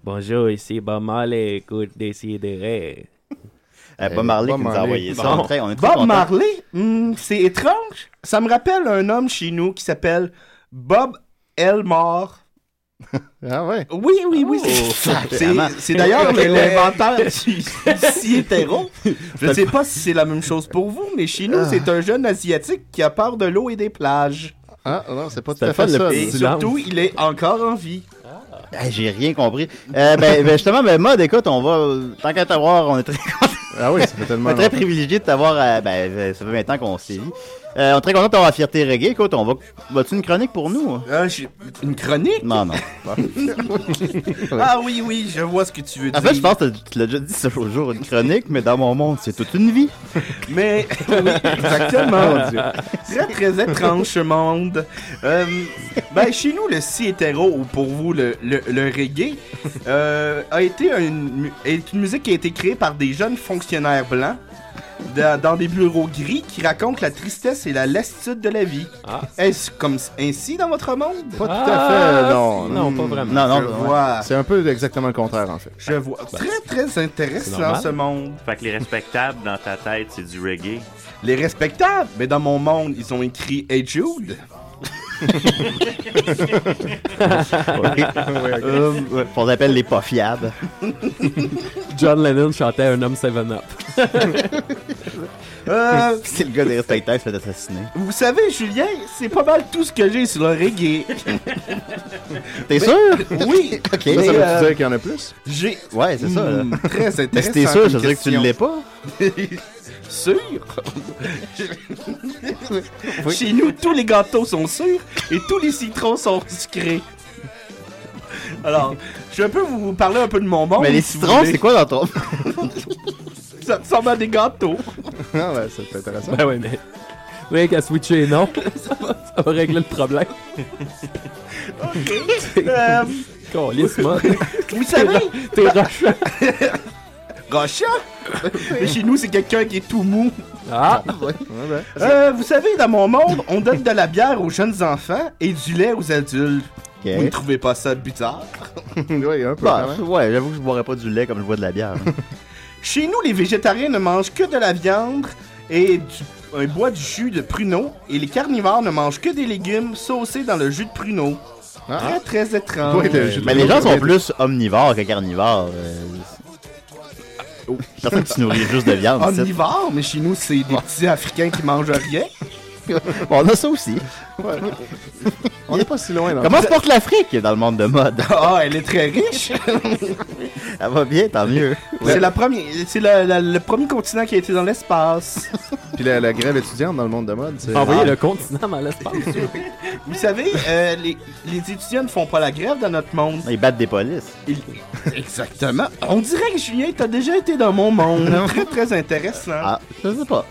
Speaker 5: Bonjour, ici Bob Marley, écoute Décideret.
Speaker 4: Euh, Bob Marley qui nous a envoyé ça. On est très- on est très
Speaker 8: Bob
Speaker 4: contents.
Speaker 8: Marley, hmm, c'est étrange. Ça me rappelle un homme chez nous qui s'appelle Bob Elmore.
Speaker 6: Ah ouais?
Speaker 8: Oui, oui,
Speaker 4: Oh,
Speaker 8: oui. c'est- c'est
Speaker 6: Vraiment.
Speaker 8: c'est d'ailleurs
Speaker 6: Ouais.
Speaker 8: l'inventaire du si hétéro. Je ne sais pas si c'est la même chose pour vous, mais chez
Speaker 4: Ah.
Speaker 8: nous, c'est un jeune asiatique qui a peur de l'eau et des plages.
Speaker 6: Ah, non, c'est pas
Speaker 4: tout à fait
Speaker 5: Ah,
Speaker 4: ça.
Speaker 8: Et
Speaker 4: Silence.
Speaker 8: surtout, il est encore en vie.
Speaker 4: Ah, J'ai rien compris. Euh, ben, ben, justement, ben, Mod, écoute, on va. Tant qu'à t'avoir, on est très content.
Speaker 6: Ah oui, ça fait tellement
Speaker 4: On est très
Speaker 6: longtemps.
Speaker 4: privilégié de t'avoir. euh, ben, euh, ça fait 20 ans qu'on s'est vu. Euh, on est très content de t'avoir à Fierté Reggae. Écoute, on va. Vas-tu une chronique pour nous? hein?
Speaker 8: une chronique?
Speaker 4: Non, non. Bon.
Speaker 8: Ah oui, oui, je vois ce que tu veux
Speaker 4: en
Speaker 8: dire.
Speaker 4: fait, je pense que tu l'as déjà dit ce jour, une chronique, mais dans mon monde, c'est toute une vie.
Speaker 8: Mais oui, exactement. Très très étrange ce monde. Euh, ben chez nous le si hétéro ou pour vous le, le, le reggae euh, a été une, mu- est une musique qui a été créée par des jeunes fonctionnaires blancs dans, dans des bureaux gris qui racontent la tristesse et la lassitude de la vie. Est-ce comme ainsi dans votre monde
Speaker 6: Pas tout à fait, non.
Speaker 8: Je vois.
Speaker 6: C'est un peu exactement le contraire, en fait.
Speaker 8: Je vois. Très très
Speaker 7: C'est
Speaker 8: intéressant
Speaker 7: normal.
Speaker 8: ce monde.
Speaker 7: Fait que les respectables dans ta tête, c'est du reggae.
Speaker 8: Les respectables, mais dans mon monde, ils ont écrit Hey Jude.
Speaker 4: Euh, ouais, qu'on appelle les pas fiables.
Speaker 5: John Lennon chantait Un homme 7-up.
Speaker 8: Euh,
Speaker 4: C'est le gars des respectables qui se fait assassiner.
Speaker 8: Vous savez, Julien, c'est pas mal tout ce que j'ai sur le reggae. Mais-
Speaker 4: T'es sûr?
Speaker 8: Oui. euh,
Speaker 4: Ok. Ça, ça veut-tu dire qu'il
Speaker 6: y en a plus?
Speaker 8: J'ai.
Speaker 4: Ouais, c'est ça, là.
Speaker 8: Hmm, très intéressant.
Speaker 4: Mais si t'es sûr,
Speaker 8: comme
Speaker 4: ça veut dire que tu ne l'es pas?
Speaker 8: question. sûr? Chez nous, tous les gâteaux sont sûrs et tous les citrons sont sucrés. Alors, je peux vous parler un peu de mon monde.
Speaker 4: mais les
Speaker 8: si vous
Speaker 4: citrons,
Speaker 8: voulez.
Speaker 4: c'est quoi dans ton.
Speaker 8: Ça ressemble à des gâteaux.
Speaker 6: Ah ouais, c'est intéressant.
Speaker 5: Ben ouais, mais. Rien qu'à switcher, non. ça, va, ça va régler le problème.
Speaker 8: Euh,
Speaker 5: Calisse, moi.
Speaker 8: Vous savez,
Speaker 5: T'es rocheux.
Speaker 8: Rocha? Mais chez nous, c'est quelqu'un qui est tout mou.
Speaker 5: Ah!
Speaker 8: Euh, vous savez, dans mon monde, on donne de la bière aux jeunes enfants et du lait aux adultes.
Speaker 4: Ok.
Speaker 8: Vous ne trouvez pas ça bizarre?
Speaker 6: oui, un peu.
Speaker 4: Bah, ouais, j'avoue que je boirais pas du lait comme je bois de la bière.
Speaker 8: Chez nous, les végétariens ne mangent que de la viande et du, ils boivent du jus de pruneau. Et les carnivores ne mangent que des légumes saucés dans le jus de pruneau.
Speaker 6: Ah.
Speaker 8: Très, très étrange.
Speaker 4: mais les gens sont plus omnivores que carnivores. euh, Personne qui se nourrit juste de
Speaker 8: Ah,
Speaker 4: viande. c'est-
Speaker 8: Omnivores, mais chez nous, c'est des petits Africains qui mangent rien.
Speaker 4: Bon, on a ça aussi.
Speaker 6: On n'est pas si loin. là.
Speaker 4: Comment se porte l'Afrique dans le monde de mode?
Speaker 8: Ah, elle est très riche.
Speaker 4: Elle va bien, tant mieux.
Speaker 8: C'est la première, c'est la- la- le premier continent qui a été dans l'espace.
Speaker 6: Puis la, la grève étudiante dans le monde de mode, c'est. Ah.
Speaker 5: Envoyer le continent à l'espace.
Speaker 8: Vous savez, euh, les, les étudiants ne font pas la grève dans notre monde.
Speaker 4: Ils battent des polices.
Speaker 8: Exactement. On dirait que Julien, t'as déjà été dans mon monde. très, très intéressant.
Speaker 4: Ah, je sais pas.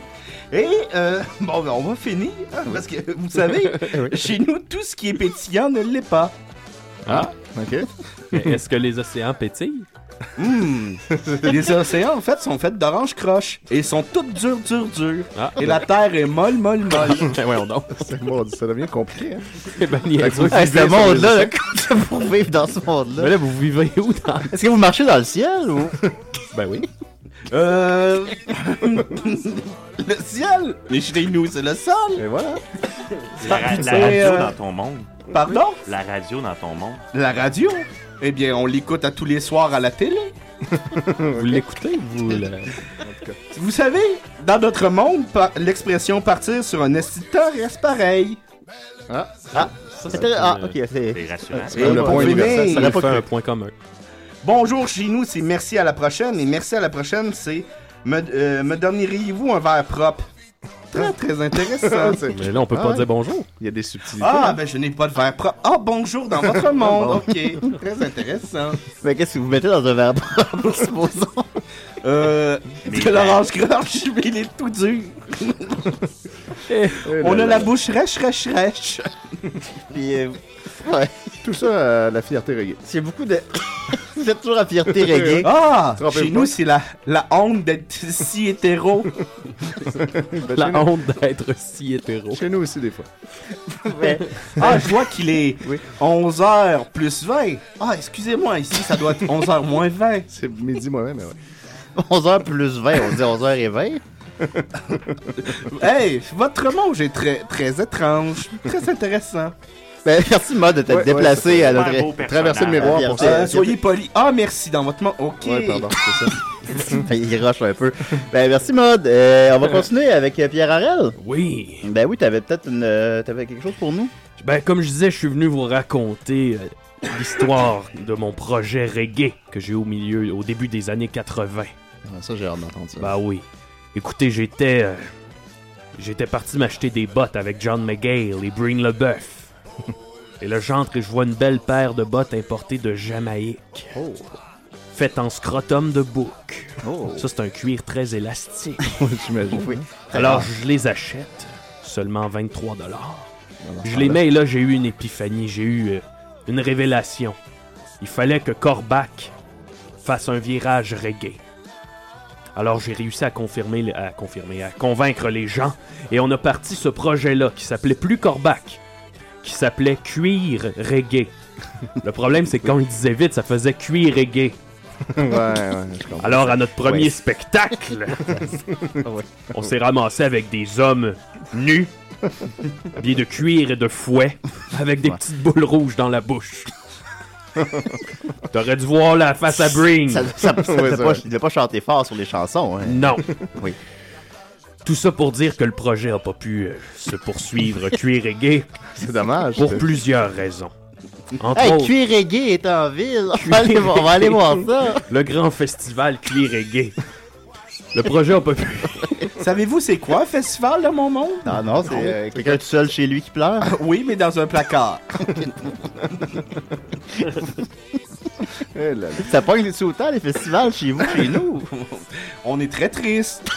Speaker 8: Et, euh, bon, ben, on va finir. hein, Parce que, vous savez, chez nous, tout ce qui est pétillant ne l'est pas.
Speaker 5: Ah!
Speaker 6: Ok.
Speaker 5: Mais est-ce que les océans pétillent?
Speaker 8: Hmm. Les océans, en fait, sont faits d'orange croche. Et ils sont toutes dures, dures, dures.
Speaker 5: Ah.
Speaker 8: Et la terre est molle, molle, molle.
Speaker 5: Ben voyons donc.
Speaker 6: C'est bon, ça devient compliqué. Hein?
Speaker 5: Eh ben, niaiseux.
Speaker 6: Fait que vous vivez
Speaker 4: Hey, ce
Speaker 6: sur les
Speaker 4: monde-là, là,
Speaker 6: océans.
Speaker 4: comment pour vivre dans ce
Speaker 5: Mais
Speaker 4: monde-là?
Speaker 5: là, vous vivez où dans.
Speaker 4: Est-ce que vous marchez dans le ciel ou.
Speaker 5: Ben oui.
Speaker 8: Euh. le ciel! Mais chez nous, c'est le sol!
Speaker 6: Et voilà.
Speaker 7: La, ra- la
Speaker 8: Et,
Speaker 7: radio
Speaker 8: euh,
Speaker 7: dans ton monde.
Speaker 8: Pardon?
Speaker 7: La radio dans ton monde.
Speaker 8: La radio? Eh bien, on l'écoute à tous les soirs à la télé.
Speaker 5: Vous l'écoutez, vous, là?
Speaker 8: Vous savez, dans notre monde, par- l'expression partir sur un estiteur reste pareil.
Speaker 6: Ah,
Speaker 4: Ah,
Speaker 5: Ça,
Speaker 4: c'était- ah, ok, c'est.
Speaker 7: C'est rassurant.
Speaker 6: c'est comme le
Speaker 8: bon,
Speaker 6: point
Speaker 8: mais-
Speaker 6: universel.
Speaker 5: Ça
Speaker 6: ça
Speaker 5: n'a
Speaker 6: l'a
Speaker 5: pas
Speaker 6: pas
Speaker 5: fait un
Speaker 6: cru.
Speaker 5: point commun.
Speaker 8: Bonjour chez nous, c'est merci à la prochaine. Et merci à la prochaine, c'est me, euh, me donneriez-vous un verre propre? Très, très intéressant.
Speaker 6: C'est-
Speaker 5: Mais là, on peut
Speaker 6: Ah
Speaker 5: pas
Speaker 6: ouais.
Speaker 5: dire bonjour.
Speaker 6: Il y a des subtilités.
Speaker 8: Ah, ben je n'ai pas de verre propre. Ah, bonjour dans votre monde. Ok, très intéressant.
Speaker 4: Mais qu'est-ce que vous mettez dans un verre propre, supposons?
Speaker 8: Euh, de l'orange croche, mais il est tout dur.
Speaker 6: Eh là
Speaker 8: On a
Speaker 6: là.
Speaker 8: la bouche rêche, rêche, rêche.
Speaker 4: Puis. euh, Ouais,
Speaker 6: Tout ça, euh, la fierté reggae.
Speaker 4: c'est beaucoup de. vous êtes toujours à fierté reggae.
Speaker 8: Ah!
Speaker 4: Trompez-vous
Speaker 8: Chez
Speaker 4: pas.
Speaker 8: nous, c'est la, la honte d'être si hétéro.
Speaker 5: La honte d'être si hétéro.
Speaker 6: Ben, Chez nous aussi, des fois.
Speaker 8: Ouais. Ah, je vois qu'il est 11h plus 20. Ah, excusez-moi, ici, ça doit être 11h moins 20.
Speaker 6: C'est midi moins 20, mais ouais.
Speaker 4: 11h plus 20, on dit 11h20.
Speaker 8: hey, votre monde est très, très étrange, très intéressant.
Speaker 4: Ben, merci, Maud, de t'être
Speaker 8: Ouais,
Speaker 4: déplacé
Speaker 8: ouais,
Speaker 4: à
Speaker 8: c'est un beau
Speaker 4: notre
Speaker 8: personnage.
Speaker 4: traversée de miroir pour
Speaker 8: Euh,
Speaker 4: ça.
Speaker 8: soyez poli. Ah, merci, dans votre monde. OK.
Speaker 4: Ouais, pardon, c'est ça. Ben, il rush un peu. Ben, merci, Maud. Euh, on va continuer avec euh, Pierre Harel.
Speaker 5: Oui.
Speaker 4: Ben oui, t'avais peut-être une, euh, t'avais quelque chose pour nous?
Speaker 5: Ben, comme je disais, je suis venu vous raconter euh, l'histoire de mon projet reggae que j'ai au milieu, au début des années 80.
Speaker 4: Ah, ça, j'ai hâte d'entendre ça.
Speaker 5: Ben oui. Écoutez, j'étais. euh, j'étais parti m'acheter des bottes avec John McGale et Breen LeBeuf. et là, j'entre et je vois une belle paire de bottes importées de Jamaïque.
Speaker 4: Oh.
Speaker 5: Faites en scrotum de bouc. Ça, c'est un cuir très élastique.
Speaker 4: J'imagine. Oh. Oui.
Speaker 5: Alors, je les achète. Seulement 23 Je les mets et là, j'ai eu une épiphanie. J'ai eu euh, une révélation. Il fallait que Corbac fasse un virage reggae. Alors j'ai réussi à confirmer, à confirmer, à convaincre les gens, et on a parti ce projet-là qui s'appelait plus Corbac, qui s'appelait Cuir Reggae. Le problème, c'est que quand on le disait vite, ça faisait Cuir Reggae. Alors à notre premier
Speaker 8: Ouais.
Speaker 5: spectacle, on s'est ramassé avec des hommes nus, habillés de cuir et de fouet, avec des petites boules rouges dans la bouche. T'aurais dû voir la face à Breen.
Speaker 4: Ça, ça, ça, il a pas, il a pas chanté fort sur les chansons. Hein.
Speaker 5: Non.
Speaker 4: oui.
Speaker 5: Tout ça pour dire que le projet n'a pas pu euh, se poursuivre cuir et gay.
Speaker 6: C'est dommage.
Speaker 5: Pour
Speaker 4: ça.
Speaker 5: plusieurs raisons. Entre
Speaker 4: hey,
Speaker 5: autres,
Speaker 4: Cuir Reggae est en ville. On va aller, voir- on va aller voir ça.
Speaker 5: le grand festival cuir et gay. Le projet n'a pas pu.
Speaker 8: Savez-vous c'est quoi un festival de mon monde?
Speaker 4: Non, non, c'est euh, quelqu'un tout seul chez lui qui pleure.
Speaker 8: Oui, mais dans un placard.
Speaker 6: Eh là là.
Speaker 4: ça pogne les sous les festivals chez vous, chez nous.
Speaker 8: On est très triste.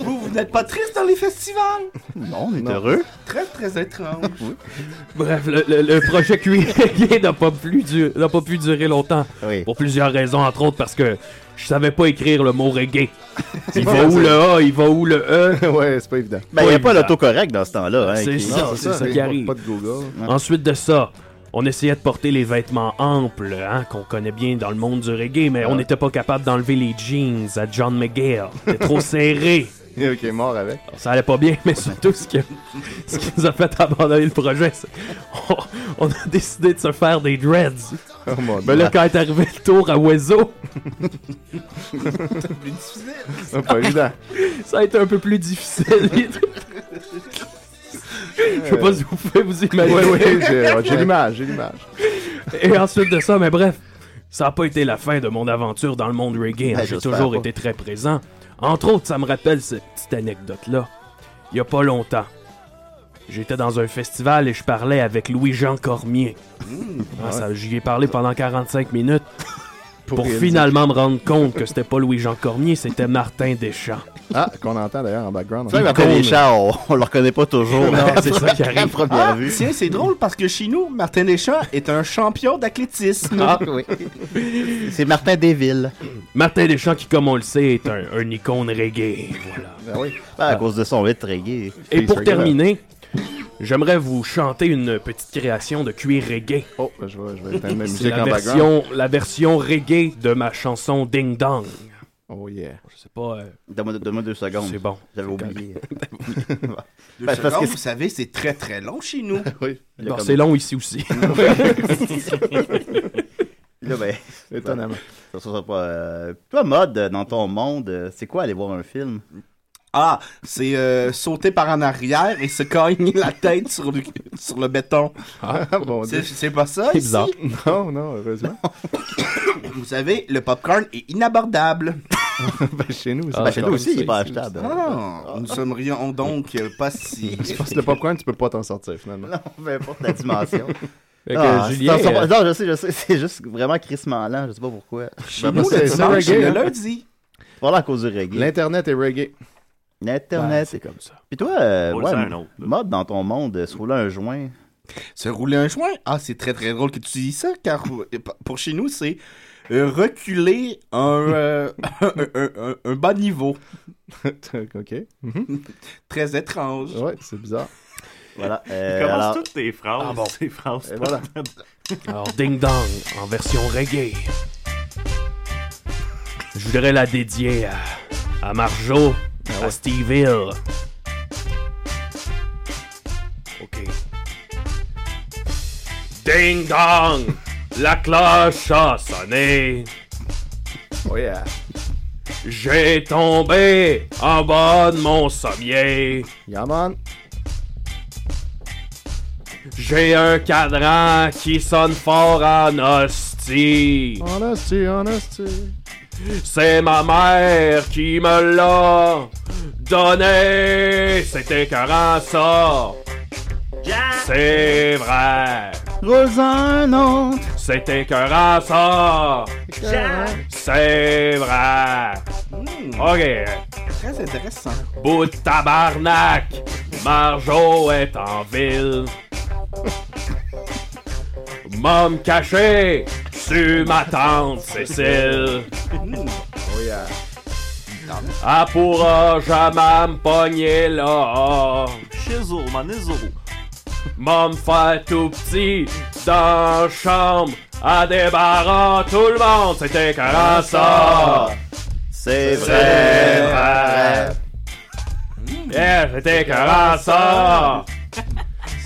Speaker 8: vous, vous n'êtes pas triste dans les festivals?
Speaker 4: Non, on est
Speaker 8: Non.
Speaker 4: heureux.
Speaker 8: Très, très étrange.
Speaker 5: Bref, le, le- le projet cuir et gay n'a pas, plus du- n'a pas pu durer longtemps. Pour plusieurs raisons, entre autres parce que je savais pas écrire le mot reggae. Il
Speaker 4: pas
Speaker 5: va où
Speaker 4: facile.
Speaker 5: le A, il va où le E.
Speaker 6: ouais, c'est pas évident.
Speaker 4: Ben, il n'y a pas
Speaker 5: évident.
Speaker 4: l'autocorrect dans ce temps-là. Hein,
Speaker 5: C'est
Speaker 4: qui-
Speaker 5: ça, c'est ça qui arrive.
Speaker 6: Pas de Google.
Speaker 5: Ensuite de ça, on essayait de porter les vêtements amples, hein, qu'on connaît bien dans le monde du reggae, mais on n'était pas capable d'enlever les jeans à John McGill. C'était trop serré.
Speaker 6: Ok, mort avec.
Speaker 5: Ça allait pas bien, mais surtout ce qui, ce qui nous a fait abandonner le projet, c'est on, on a décidé de se faire des dreads.
Speaker 6: mon
Speaker 5: mais là,
Speaker 6: Dieu.
Speaker 5: quand est arrivé le tour à Oiseau,
Speaker 6: Ah, pas évident.
Speaker 5: ça a été un peu plus difficile. Je sais pas si vous pouvez vous imaginer.
Speaker 6: Ouais, ouais, j'ai ouais, j'ai l'image, j'ai l'image.
Speaker 5: Et ensuite de ça, mais bref, ça n'a pas été la fin de mon aventure dans le monde reggae. hein.
Speaker 8: Ben,
Speaker 5: J'ai
Speaker 8: j'espère
Speaker 5: toujours
Speaker 8: pas.
Speaker 5: été très présent. Entre autres, ça me rappelle cette petite anecdote-là. Il y a pas longtemps, j'étais dans un festival et je parlais avec Louis-Jean Cormier. Ah, ça, J'y ai parlé pendant 45 minutes pour,
Speaker 6: rien
Speaker 5: finalement me rendre compte que c'était pas Louis-Jean Cormier, c'était Martin Deschamps.
Speaker 6: Ah, qu'on entend d'ailleurs en background.
Speaker 4: Ça, Martin
Speaker 5: Icône.
Speaker 4: Deschamps, on, on le reconnaît pas toujours.
Speaker 5: Non, c'est ça qui
Speaker 4: À
Speaker 5: arrive.
Speaker 4: première
Speaker 8: Ah,
Speaker 4: vue.
Speaker 8: tiens, c'est drôle parce que chez nous, Martin Deschamps est un champion d'athlétisme.
Speaker 4: Ah, oui. C'est Martin Desville.
Speaker 5: Martin Deschamps, qui, comme on le sait, est un, un icône reggae. Voilà. Ah.
Speaker 6: Ben oui.
Speaker 4: Ben, à cause de son hit reggae.
Speaker 5: Et pour terminer, j'aimerais vous chanter une petite création de cuir reggae.
Speaker 6: Oh, ben, je vais, je vais éteindre ma
Speaker 5: C'est
Speaker 6: musique
Speaker 5: la
Speaker 6: en background.
Speaker 5: version, la version reggae de ma chanson Ding Dong.
Speaker 6: Oh yeah.
Speaker 5: Je sais pas. euh,
Speaker 4: Donne-moi donne-moi deux secondes.
Speaker 5: C'est bon.
Speaker 4: J'avais oublié.
Speaker 8: Deux
Speaker 4: Ben, c'est parce
Speaker 8: secondes,
Speaker 4: que
Speaker 8: vous savez, c'est très très long chez nous.
Speaker 6: oui.
Speaker 4: il a
Speaker 5: Non,
Speaker 4: comme-
Speaker 5: c'est long ici aussi.
Speaker 4: Là, ben,
Speaker 6: Étonnamment.
Speaker 4: Ça sera pas. euh, Toi, mode dans ton monde, euh, c'est quoi aller voir un film
Speaker 8: Ah, c'est euh, sauter par en arrière et se cogner la tête sur le, sur le béton.
Speaker 6: Ah, bon
Speaker 8: C'est
Speaker 6: Dieu.
Speaker 8: c'est pas ça
Speaker 5: C'est
Speaker 8: ici?
Speaker 5: bizarre.
Speaker 6: Non, non, heureusement.
Speaker 8: Vous savez, le popcorn est inabordable.
Speaker 6: ben, chez nous aussi.
Speaker 4: Ben, chez nous aussi, il est pas
Speaker 6: Je
Speaker 4: achetable. hein.
Speaker 8: Ah, nous serions donc euh, pas si...
Speaker 6: pense que le popcorn, tu peux pas t'en sortir finalement.
Speaker 4: Non, peu importe la dimension.
Speaker 5: Fait que,
Speaker 4: Ah,
Speaker 5: Julien,
Speaker 4: c'est- c'est-
Speaker 5: euh,
Speaker 4: Non, je sais, je sais. C'est juste vraiment crissement lent. Je sais pas pourquoi.
Speaker 8: Chez nous,
Speaker 6: c'est-
Speaker 8: le
Speaker 6: c'est
Speaker 8: dimanche,
Speaker 6: reggae,
Speaker 8: c'est le
Speaker 6: hein.
Speaker 8: lundi.
Speaker 4: Voilà à cause du reggae.
Speaker 6: L'Internet est reggae.
Speaker 5: ouais,
Speaker 4: L'Internet.
Speaker 5: c'est comme ça.
Speaker 4: Puis toi, euh,
Speaker 7: On le
Speaker 4: ouais,
Speaker 7: sait, un autre.
Speaker 4: mode dans ton monde, se rouler un joint.
Speaker 6: Se rouler un joint. Ah, c'est très très drôle que tu dis ça, car pour chez nous, c'est euh, reculer un, euh, un, un- un- un bas niveau.
Speaker 8: ok.
Speaker 6: Très étrange.
Speaker 8: Ouais, c'est bizarre.
Speaker 4: Voilà.
Speaker 7: Il commence toutes tes phrases.
Speaker 6: Ah bon.
Speaker 7: Tes phrases.
Speaker 4: Eh ben.
Speaker 6: Et voilà.
Speaker 10: Alors, Ding Dong, en version reggae. Je voudrais la dédier à, à Marjo,
Speaker 6: Ah
Speaker 10: à Steve Hill. Ok. Ding Dong, la cloche a sonné.
Speaker 6: Oh yeah.
Speaker 10: J'ai tombé en bas de mon sommier. J'ai un cadran qui sonne fort en hostie.
Speaker 6: Honesty, honesty.
Speaker 10: C'est ma mère qui me l'a donné. C'était écœurant ça. C'est vrai.
Speaker 4: Rose un autre.
Speaker 10: C'était écœurant ça. C'est vrai. Ok.
Speaker 6: Très intéressant.
Speaker 10: Bout de tabarnak, Marjo est en ville. Mom caché, sur ma tante Cécile.
Speaker 6: Oh yeah.
Speaker 10: Elle pourra Ah, euh, jamais me pogner là.
Speaker 7: Chisel, man, Chisel.
Speaker 10: Mom fait tout petit dans la chambre, à débarrant tout le monde, c'était carré ça.
Speaker 4: C'est
Speaker 10: vrai. Yeah, c'était carré ça.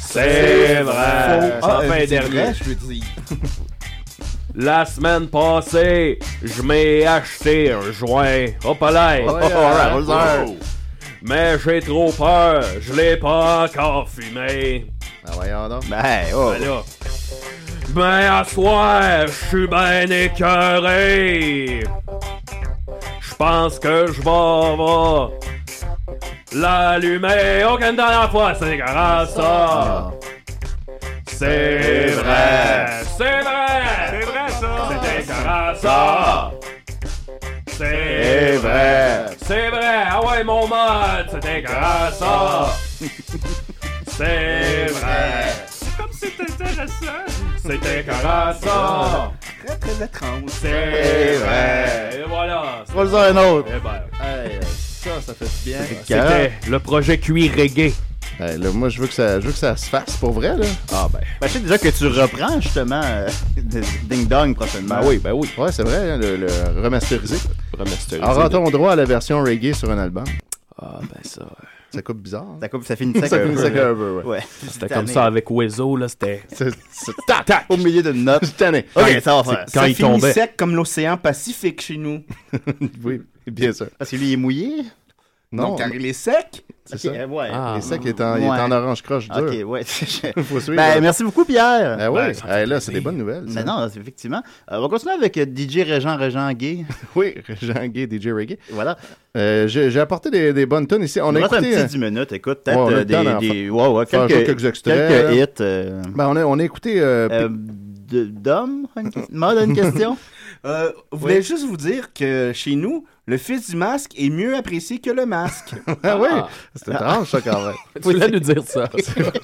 Speaker 10: C'est vrai.
Speaker 6: Faux. Ah,
Speaker 10: Enfin,
Speaker 6: euh, c'est
Speaker 10: dernier.
Speaker 6: vrai, je veux dire.
Speaker 10: La semaine passée, je m'ai acheté un joint. Hop là!
Speaker 6: Oh, yeah.
Speaker 10: Alright,
Speaker 6: Wow.
Speaker 10: alright. Mais j'ai trop peur, je l'ai pas encore fumé.
Speaker 6: Ben voyons donc.
Speaker 4: Ben, oh.
Speaker 10: Ben là. Ben à soir, je suis ben écœuré. Je pense que je vais va l'allumer. Aucune dernière fois, c'est grâce à. C'est vrai, c'est vrai.
Speaker 7: C'est vrai, ça.
Speaker 10: C'était grâce à. C'est
Speaker 6: vrai.
Speaker 10: C'est vrai. Ah ouais, mon mode, c'était grâce à. C'est vrai.
Speaker 7: C'est comme c'était intéressant.
Speaker 10: C'était grâce à.
Speaker 6: Très très étrange.
Speaker 10: C'est vrai. Et voilà.
Speaker 4: Rose un autre.
Speaker 10: Eh ben,
Speaker 6: Hey, euh, ça, ça fait du bien.
Speaker 10: C'était le projet cuir reggae.
Speaker 6: Hey, là, moi, je veux, que ça, je veux que ça se fasse pour vrai, là. Ah, ben.
Speaker 4: Ben, je sais déjà que tu reprends justement euh, de- Ding Dong prochainement.
Speaker 6: Ben oui, ben oui. Ouais, c'est vrai, hein, le, le remasterisé.
Speaker 8: Remasterisé.
Speaker 6: Alors, a-t-on droit à la version reggae sur un album
Speaker 10: Ah, ben ça.
Speaker 6: Ça coupe bizarre.
Speaker 4: Ça, coupe, ça finit sec
Speaker 6: Ça
Speaker 4: un
Speaker 6: finit
Speaker 4: peu,
Speaker 6: sec
Speaker 4: là.
Speaker 6: un peu, ouais.
Speaker 10: C'était comme ça avec Wezo, là, c'était.
Speaker 6: C'est c'est-
Speaker 10: Tac, tac!
Speaker 4: Au milieu d'une note.
Speaker 6: cette année.
Speaker 4: Ok, ça va faire.
Speaker 10: Quand
Speaker 8: ça
Speaker 10: il
Speaker 8: finit
Speaker 10: tombait.
Speaker 8: sec comme l'océan Pacifique chez nous.
Speaker 6: Oui, bien sûr.
Speaker 4: Parce que lui, il est mouillé.
Speaker 6: Non,
Speaker 8: Non, car il est sec.
Speaker 6: c'est
Speaker 4: Ok,
Speaker 6: ça.
Speaker 4: euh, ouais.
Speaker 10: Ah.
Speaker 6: Les secs, il est en, il est
Speaker 4: Ouais.
Speaker 6: en orange croche dur.
Speaker 4: Ok, ouais.
Speaker 6: Faut suivre.
Speaker 4: ben, merci beaucoup, Pierre.
Speaker 6: Ah oui,
Speaker 10: Ben, ça
Speaker 6: hey,
Speaker 10: fait
Speaker 6: là, c'est
Speaker 10: plaisir.
Speaker 6: des bonnes nouvelles. ça.
Speaker 4: Ben non, c'est- effectivement. Euh, on va continuer avec euh, DJ Régent Régent Gay.
Speaker 6: Oui, Jean Gay, DJ Reggae.
Speaker 4: voilà.
Speaker 6: Euh, J'ai j'ai apporté des, des bonnes tunes ici. On
Speaker 4: On
Speaker 6: a
Speaker 4: reste un
Speaker 6: écouté... hein.
Speaker 4: petit 10 minutes. Écoute, peut-être
Speaker 6: Ouais, on a
Speaker 4: euh,
Speaker 6: le temps d'en
Speaker 4: des, des- ouais, ouais,
Speaker 6: faire
Speaker 4: quelques,
Speaker 6: quelques extraits,
Speaker 4: quelques
Speaker 6: là.
Speaker 4: hits. euh,
Speaker 6: Ben, on, a, on a écouté... euh,
Speaker 4: euh, de- Dom, une- Maud a une question?
Speaker 8: Euh, je voulais juste vous dire que chez nous, le fils du masque est mieux apprécié que le masque.
Speaker 6: Ah oui, c'est étrange ça quand même.
Speaker 10: Tu voulais nous dire ça.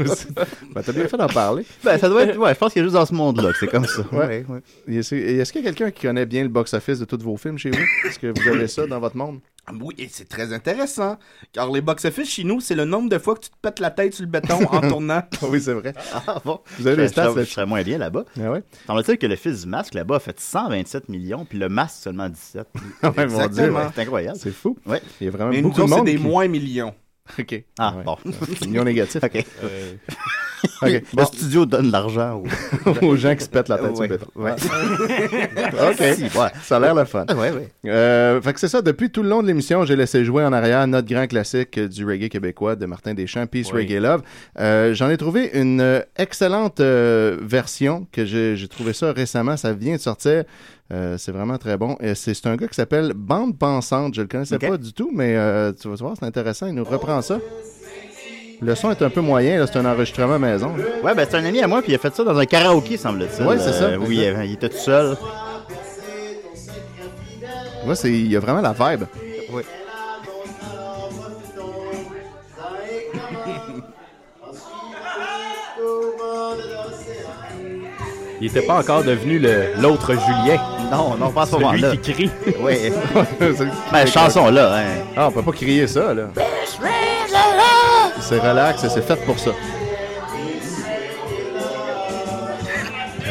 Speaker 6: ben, t'as bien fait d'en parler.
Speaker 4: Ben, ça doit être. Ouais, je pense qu'il y a juste dans ce monde-là que c'est comme ça.
Speaker 6: Ouais. Et Est-ce et est-ce qu'il y a quelqu'un qui connaît bien le box-office de tous vos films chez vous? Est-ce que vous avez ça dans votre monde?
Speaker 8: oui, et c'est très intéressant. Car les box-office chez nous, c'est le nombre de fois que tu te pètes la tête sur le béton en tournant.
Speaker 6: Ah oui, c'est vrai.
Speaker 4: Ah bon?
Speaker 6: Vous avez
Speaker 4: Je-
Speaker 6: les
Speaker 4: je
Speaker 6: stats
Speaker 4: serais- je,
Speaker 6: là-dessus?
Speaker 4: serais moins bien là-bas.
Speaker 6: Ah ouais?
Speaker 4: Semble-t-il que le fils du masque là-bas a fait 127 millions, puis le masque seulement 17.
Speaker 6: Ah ouais, mon Dieu,
Speaker 8: Exactement.
Speaker 6: ouais.
Speaker 4: C'est incroyable.
Speaker 6: C'est fou.
Speaker 4: Ouais.
Speaker 6: Il y a vraiment
Speaker 8: Mais nous
Speaker 6: beaucoup de
Speaker 8: autres, c'est
Speaker 6: monde.
Speaker 8: des
Speaker 6: qui-
Speaker 8: moins millions.
Speaker 6: OK.
Speaker 4: Ah,
Speaker 6: Ouais.
Speaker 4: bon.
Speaker 6: Million négatif.
Speaker 4: OK.
Speaker 6: OK.
Speaker 4: Le studio donne l'argent aux.
Speaker 6: Aux gens qui se pètent la tête sur
Speaker 4: Ouais.
Speaker 6: le béton.
Speaker 4: Ouais. Si,
Speaker 6: OK.
Speaker 4: ouais.
Speaker 6: Ça a l'air le fun.
Speaker 4: Ah, ouais, ouais.
Speaker 6: Euh, fait que c'est ça, depuis tout le long de l'émission, j'ai laissé jouer en arrière notre grand classique euh, du reggae québécois de Martin Deschamps, Peace
Speaker 10: Oui.
Speaker 6: Reggae Love. Euh, J'en ai trouvé une euh, excellente euh, version que j'ai j'ai trouvé ça récemment, ça vient de sortir. Euh, c'est vraiment très bon. Et C'est c'est un gars qui s'appelle Bande Pensante. Je le connaissais
Speaker 4: Ok.
Speaker 6: pas du tout, mais euh, tu vas voir, c'est intéressant. Il nous reprend ça. Le son est un peu moyen, là, c'est un enregistrement maison. là.
Speaker 4: Ouais, ben c'est un ami à moi, puis il a fait ça dans un karaoké, semble-t-il.
Speaker 6: Ouais, c'est ça.
Speaker 4: Euh, oui,
Speaker 6: Exact.
Speaker 4: euh, il était tout seul.
Speaker 6: Ouais, c'est- il y a vraiment la vibe.
Speaker 4: Oui.
Speaker 5: Il était pas encore devenu le- l'autre Julien.
Speaker 4: Non, non, pas à ce
Speaker 5: Celui
Speaker 4: moment-là.
Speaker 5: qui crie.
Speaker 4: Oui. Ben, chanson là, hein.
Speaker 6: Ah, on peut pas crier ça, là. C'est relax, c'est fait pour ça.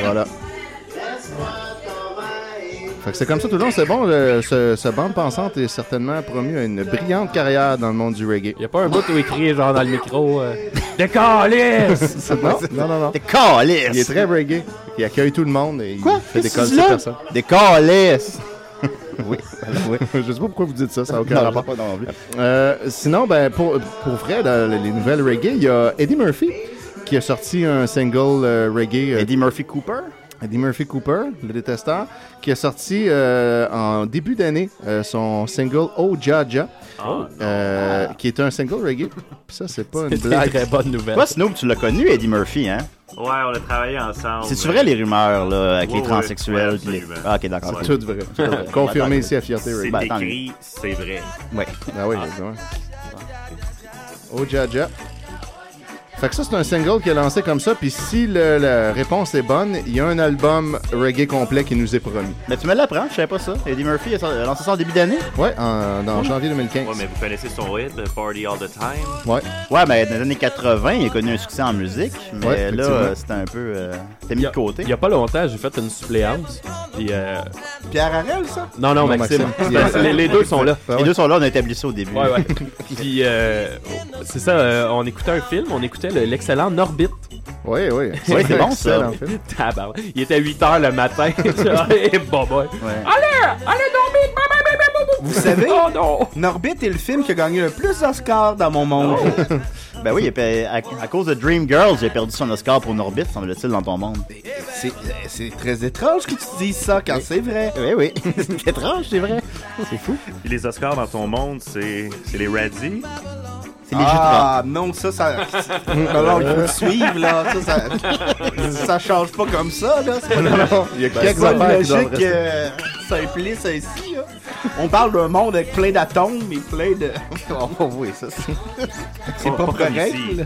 Speaker 6: Voilà. Fait que c'est comme ça tout le long, c'est bon, le- ce, ce bande pensante est certainement promu à une brillante carrière dans le monde du reggae.
Speaker 5: Y a pas un bout où il crie genre dans le micro. Euh, Des câlisses!
Speaker 6: non, non, non, non.
Speaker 4: Des câlisses!
Speaker 6: Il est très reggae. Il accueille tout le monde et il
Speaker 4: Quoi?
Speaker 6: fait des
Speaker 4: Qu'est-ce que
Speaker 6: calls
Speaker 4: tu dis
Speaker 6: sur
Speaker 4: là?
Speaker 6: personne.
Speaker 4: Des câlisses!
Speaker 6: oui, oui. Je sais pas pourquoi vous dites ça, ça n'a aucun
Speaker 4: Non,
Speaker 6: rapport.
Speaker 4: pas non plus.
Speaker 6: Euh, sinon, ben, pour, pour vrai, dans les nouvelles reggae, il y a Eddie Murphy qui a sorti un single euh, reggae.
Speaker 4: Eddie Murphy Cooper?
Speaker 6: Eddie Murphy Cooper, le détesteur, qui a sorti euh, en début d'année euh, son single Oh Jaja, euh, qui est un single reggae. Puis Ça, c'est pas une
Speaker 4: Ah, C'est
Speaker 6: blague.
Speaker 4: une très bonne
Speaker 6: nouvelle.
Speaker 4: Toi, Snoop, tu l'as connu, Eddie Murphy, hein?
Speaker 7: Ouais, on a travaillé ensemble.
Speaker 4: C'est-tu vrai les rumeurs là, avec
Speaker 7: Ouais,
Speaker 4: les
Speaker 7: ouais,
Speaker 4: transsexuels?
Speaker 7: ouais,
Speaker 4: puis les-
Speaker 7: absolument.
Speaker 4: Ah, ok, d'accord.
Speaker 6: C'est tout vrai. Tout vrai. Confirmé ici à Fierté
Speaker 7: C'est
Speaker 6: Radio.
Speaker 4: Ben, tant
Speaker 7: écrit, c'est vrai.
Speaker 4: mieux. Ouais.
Speaker 6: Ah oui, évidemment. Oh Jaja. Fait que ça, c'est un single qui est lancé comme ça. Puis si le- la réponse est bonne, il y a un album reggae complet qui nous est promis.
Speaker 4: Mais tu me l'apprends, je savais pas ça. Eddie Murphy a sor- a lancé ça en début d'année?
Speaker 6: Ouais, en, en
Speaker 4: Oui.
Speaker 6: janvier 2015.
Speaker 7: Ouais, mais vous connaissez son hit, le Party All the Time.
Speaker 6: Ouais.
Speaker 4: Ouais, mais dans les années 80, il a connu un succès en musique, mais
Speaker 5: Ouais,
Speaker 4: là,
Speaker 5: effectivement.
Speaker 4: euh, c'était un peu. euh, T'es mis de côté.
Speaker 5: Il y a pas longtemps, j'ai fait une suppléance. Puis, euh,
Speaker 4: Pierre Harel, ça?
Speaker 5: Non, non, Maxime. les, les deux sont là.
Speaker 4: Les deux sont là, on a établi ça au début.
Speaker 5: Ouais, ouais. Puis, euh, c'est ça, euh, on écoutait un film, on écoutait le- l'excellent Norbit.
Speaker 6: Oui, oui.
Speaker 4: Ouais, c'est bon, ça. Excellent film.
Speaker 5: Tabarnak. Il était 8 h le matin. Et bon, boy.
Speaker 9: Allez, allez dormir, bye bye bye bye bye.
Speaker 8: Vous savez,
Speaker 5: Oh,
Speaker 8: Norbit est le film qui a gagné le plus d'Oscars dans mon monde.
Speaker 4: Ben oui, il a pe- à, à cause de Dream Girls, il a perdu son Oscar pour Norbit, semble-t-il, dans ton monde.
Speaker 8: C'est euh, c'est très étrange que tu dises ça quand c'est vrai.
Speaker 4: Oui, oui. c'est étrange, c'est vrai. C'est fou.
Speaker 7: Puis les Oscars dans ton monde, c'est c'est les Radzi.
Speaker 4: C'est
Speaker 8: Ah non, ça, ça. non, non, il faut le suivre, là. Ça, ça, ça change pas comme ça, là. C'est pas,
Speaker 6: Il y a
Speaker 8: Ben,
Speaker 6: quelques
Speaker 8: c'est pas une
Speaker 6: affaires qui doivent
Speaker 8: logique
Speaker 6: rester.
Speaker 8: euh, simpliste ainsi, là. On parle d'un monde avec plein d'atomes et plein de.
Speaker 6: Oh, oui, ça, c'est.
Speaker 8: C'est pas, correct, là.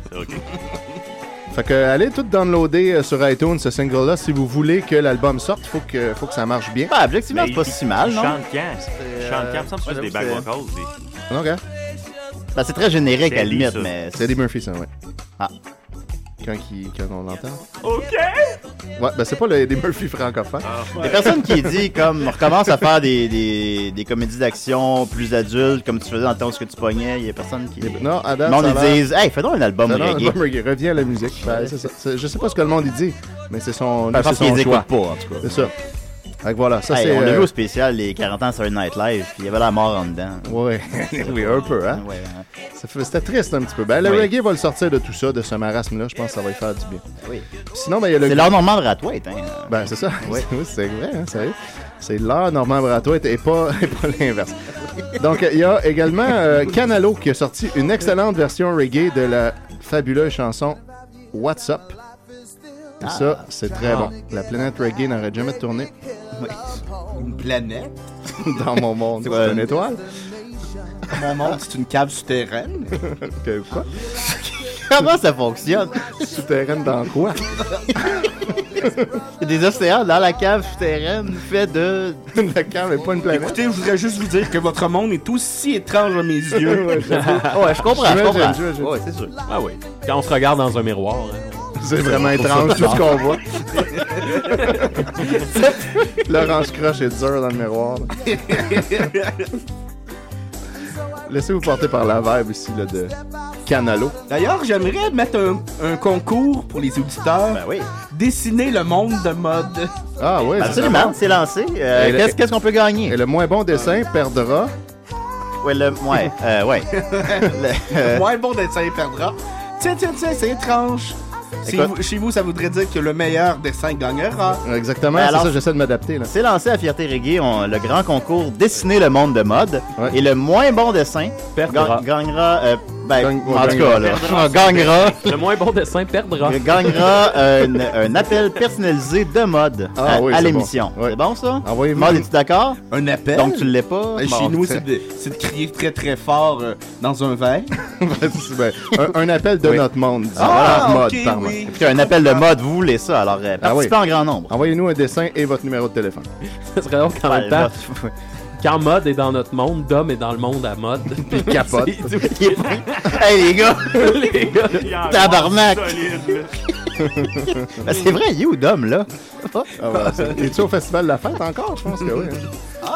Speaker 6: Fait que euh, allez tout downloader euh, sur iTunes ce single-là si vous voulez que l'album sorte. Faut que, faut que ça marche bien.
Speaker 4: Bah, objectivement,
Speaker 7: Mais il- il Chante quand? Il
Speaker 6: euh,
Speaker 7: Chante quand? Il me semble que c'est
Speaker 6: ouais, j'avoue,
Speaker 7: des back
Speaker 6: c'est-
Speaker 7: vocals. lui.
Speaker 6: Non, gars?
Speaker 4: Ben, c'est très générique à la
Speaker 7: C'est Eddie,
Speaker 4: limite,
Speaker 7: ça.
Speaker 4: mais.
Speaker 6: C'est Eddie Euh, Murphy, ça, ouais.
Speaker 4: Ah.
Speaker 6: Quand, qui, quand on l'entend.
Speaker 7: OK!
Speaker 6: Ouais, ben c'est pas le Eddie Murphy francophone.
Speaker 4: Il y a personne qui dit comme on recommence à faire des, des, des comédies d'action plus adultes comme tu faisais dans le temps où ce que tu pognais, il y a personne qui
Speaker 6: Non, à date,
Speaker 4: Non,
Speaker 6: ça a
Speaker 4: ils
Speaker 6: l'air-
Speaker 4: disent "Hey, fais donc un album
Speaker 6: Ça donne un
Speaker 4: reggae."
Speaker 6: album reggae. Reviens à la musique. Ben, c'est ça. C'est- Je sais pas ce que le monde il dit, mais c'est son.
Speaker 4: Ben,
Speaker 6: là,
Speaker 4: je pense
Speaker 6: c'est son
Speaker 4: qu'ils les
Speaker 6: choix.
Speaker 4: écoutent pas, en tout cas.
Speaker 6: C'est ça. Fait que voilà, ça
Speaker 4: Hey,
Speaker 6: c'est.
Speaker 4: on a
Speaker 6: euh,
Speaker 4: vu au spécial les 40 ans sur une night live, puis il y avait la mort en dedans.
Speaker 6: Ouais, oui, un peu, hein.
Speaker 4: Ouais, hein.
Speaker 6: Ça fait- C'était triste un petit peu. Ben, le
Speaker 4: Oui.
Speaker 6: reggae va le sortir de tout ça, de ce marasme-là. Je pense que ça va lui faire du bien.
Speaker 4: Oui.
Speaker 6: Sinon, ben, il y a le.
Speaker 4: C'est l'art normand de Ratouette, hein.
Speaker 6: Ben, c'est ça.
Speaker 4: Oui.
Speaker 6: Oui, c'est vrai, hein, sérieux. C'est l'art Normand Bratoit et pas, et pas l'inverse. Donc, il y a également euh, Canalo qui a sorti une excellente version reggae de la fabuleuse chanson What's Up. Et
Speaker 4: Ah,
Speaker 6: ça, c'est très bon. La planète reggae n'aurait jamais tourné
Speaker 8: Une planète.
Speaker 6: dans mon monde.
Speaker 8: C'est quoi,
Speaker 6: C'est une étoile.
Speaker 8: Mon monde, c'est une cave souterraine.
Speaker 6: Que quoi?
Speaker 4: Comment ça fonctionne?
Speaker 6: Souterraine dans quoi?
Speaker 4: Il y a des océans dans la cave souterraine fait de.
Speaker 6: la cave est pas une planète.
Speaker 8: Euh, Écoutez, je voudrais juste vous dire que votre monde est aussi étrange à mes yeux.
Speaker 6: Ouais, j'avoue.
Speaker 4: Ouais, je comprends, je comprends.
Speaker 6: J'imagine, j'imagine.
Speaker 4: Ouais, c'est sûr.
Speaker 5: Ah oui. Quand on se regarde dans un miroir. hein.
Speaker 6: C'est vraiment
Speaker 5: On trouve ça
Speaker 6: étrange tout ce
Speaker 5: bizarre.
Speaker 6: qu'on voit. Laurence Croche est dur dans le miroir. là. Laissez-vous porter par la vibe ici là, de Canalo.
Speaker 8: D'ailleurs, j'aimerais mettre un, un concours pour les auditeurs.
Speaker 4: Ben oui.
Speaker 8: Dessiner le monde de mode.
Speaker 6: Ah oui,
Speaker 4: Absolument, c'est lancé. Euh,
Speaker 6: Et le-
Speaker 4: qu'est-ce, qu'est-ce qu'on peut gagner?
Speaker 6: Et le moins bon dessin perdra.
Speaker 4: Ouais, le... ouais, euh, ouais. Le- euh,
Speaker 8: Moins bon dessin perdra. Tiens, tiens, tiens, c'est étrange. Si
Speaker 4: Écoute.
Speaker 8: vous- chez vous, ça voudrait dire que le meilleur dessin gagnera.
Speaker 6: Exactement,
Speaker 4: Ben
Speaker 6: c'est
Speaker 4: alors-
Speaker 6: ça, j'essaie de m'adapter. là.
Speaker 4: C'est lancé à Fierté Reggae, on- le grand concours Dessiner le monde de mode.
Speaker 6: Ouais.
Speaker 4: Et le moins bon dessin
Speaker 5: Perdra.
Speaker 4: ga- gagnera. euh, Ben, en tout cas, là, on gagnera.
Speaker 5: Le moins bon dessin perdra.
Speaker 4: Il gagnera un, un appel personnalisé de mode
Speaker 6: Ah
Speaker 4: à,
Speaker 6: oui,
Speaker 4: à
Speaker 6: c'est
Speaker 4: l'émission.
Speaker 6: bon. Ouais. Ah
Speaker 4: C'est bon ça?
Speaker 6: Envoyez-moi
Speaker 4: Mode,
Speaker 6: un-
Speaker 4: es-tu d'accord?
Speaker 8: Un appel.
Speaker 4: Donc tu l'es pas?
Speaker 8: Euh, Chez
Speaker 4: Bon,
Speaker 8: nous,
Speaker 4: c'est-
Speaker 8: c'est de, c'est de crier très très fort euh, dans un verre.
Speaker 6: Ben, un, un appel de notre monde. disons.
Speaker 8: Ah,
Speaker 6: Par
Speaker 8: ok,
Speaker 6: par
Speaker 8: oui.
Speaker 4: Puis Un appel de mode, vous voulez ça, alors euh,
Speaker 6: Ah oui.
Speaker 4: participez en grand nombre.
Speaker 6: Envoyez-nous un dessin et votre numéro de téléphone.
Speaker 5: Ça serait drôle qu'en
Speaker 6: Ouais,
Speaker 5: même temps,
Speaker 4: ouais.
Speaker 5: quand Mod est dans notre monde, Dom est dans le monde à Mod. Puis il
Speaker 6: capote.
Speaker 4: Il est pris. Hey les gars!
Speaker 5: les gars.
Speaker 4: Tabarnak!
Speaker 7: Solide,
Speaker 4: Ben, c'est vrai, il est où Dom là?
Speaker 6: Ah, bah, c'est- Es-tu au festival de la fête encore? Je pense que oui. hein.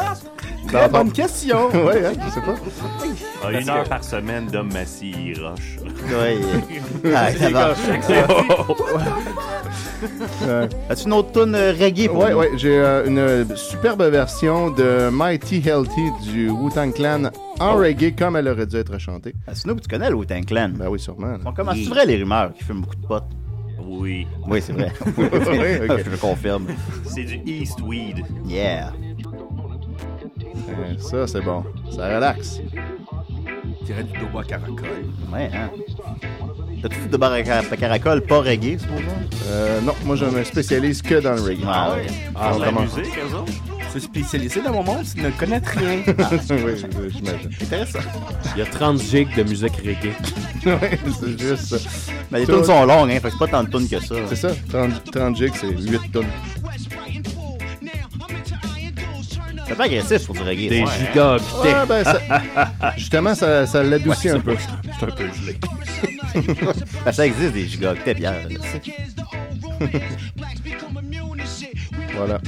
Speaker 8: Très bonne question.
Speaker 6: ouais, hein, je sais pas.
Speaker 7: Ah,
Speaker 6: Parce
Speaker 7: une heure
Speaker 6: que-
Speaker 7: par semaine, Dom Massy, il roche.
Speaker 4: Ouais. Ah,
Speaker 7: C'est
Speaker 4: ça va.
Speaker 7: comme chaque samedi.
Speaker 6: Euh,
Speaker 4: As-tu une autre toune euh, reggae pour
Speaker 6: Ouais,
Speaker 4: nous?
Speaker 6: ouais, j'ai euh, une euh, superbe version de Mighty Healthy du Wu-Tang Clan en
Speaker 4: Oh.
Speaker 6: reggae comme elle aurait dû être chantée.
Speaker 4: Snoop, tu connais le Wu-Tang Clan?
Speaker 6: Ben oui, sûrement.
Speaker 4: On commence
Speaker 6: Oui.
Speaker 4: c'est vrai les rumeurs qui fument beaucoup de potes?
Speaker 7: Oui.
Speaker 4: Oui, c'est vrai.
Speaker 7: Oui, ok.
Speaker 4: Je le confirme.
Speaker 7: C'est du East Weed.
Speaker 4: Yeah.
Speaker 6: Euh, ça, c'est bon. Ça relaxe.
Speaker 8: Tirer du dobo à caracol.
Speaker 4: Ouais, hein. T'as-tu foutu de bar à car- à caracol, pas reggae, supposons?
Speaker 6: Euh, non, moi je me spécialise que dans le reggae.
Speaker 4: Ah ouais.
Speaker 6: Ah,
Speaker 7: Dans la
Speaker 6: vraiment.
Speaker 7: musique, eux autres.
Speaker 8: C'est spécialisé dans mon monde, tu ne connais rien.
Speaker 6: oui, oui, j'imagine.
Speaker 4: Intéressant.
Speaker 5: Il y a 30 gigs de musique reggae.
Speaker 6: ouais, c'est juste ça.
Speaker 4: Mais les tunes sont longues, hein, fait que c'est pas tant de tunes que ça.
Speaker 6: C'est ça, 30, 30 gigs, c'est 8 tonnes.
Speaker 4: C'est pas agressif pour du reggae.
Speaker 6: Des
Speaker 4: ça. Ouais, hein.
Speaker 6: gigaoctets. Ouais, ben, ça- Justement, ça, ça l'adoucit
Speaker 4: Ouais,
Speaker 6: un peu.
Speaker 4: c'est un peu gelé. Ben, ça existe des gigaoctets, Pierre. je le sais.
Speaker 6: Voilà.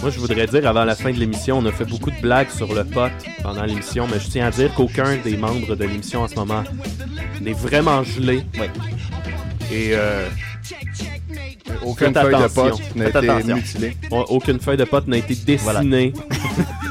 Speaker 5: Moi, je voudrais dire, avant la fin de l'émission, on a fait beaucoup de blagues sur le pot pendant l'émission, mais je tiens à dire qu'aucun des membres de l'émission en ce moment n'est vraiment gelé. Et euh,
Speaker 6: Aucune
Speaker 5: faites
Speaker 6: feuille de
Speaker 5: attention.
Speaker 6: pote n'a
Speaker 5: Faites
Speaker 6: été
Speaker 5: attention.
Speaker 6: mutilée.
Speaker 5: Ouais, Oh, Aucune feuille de pote n'a été dessinée.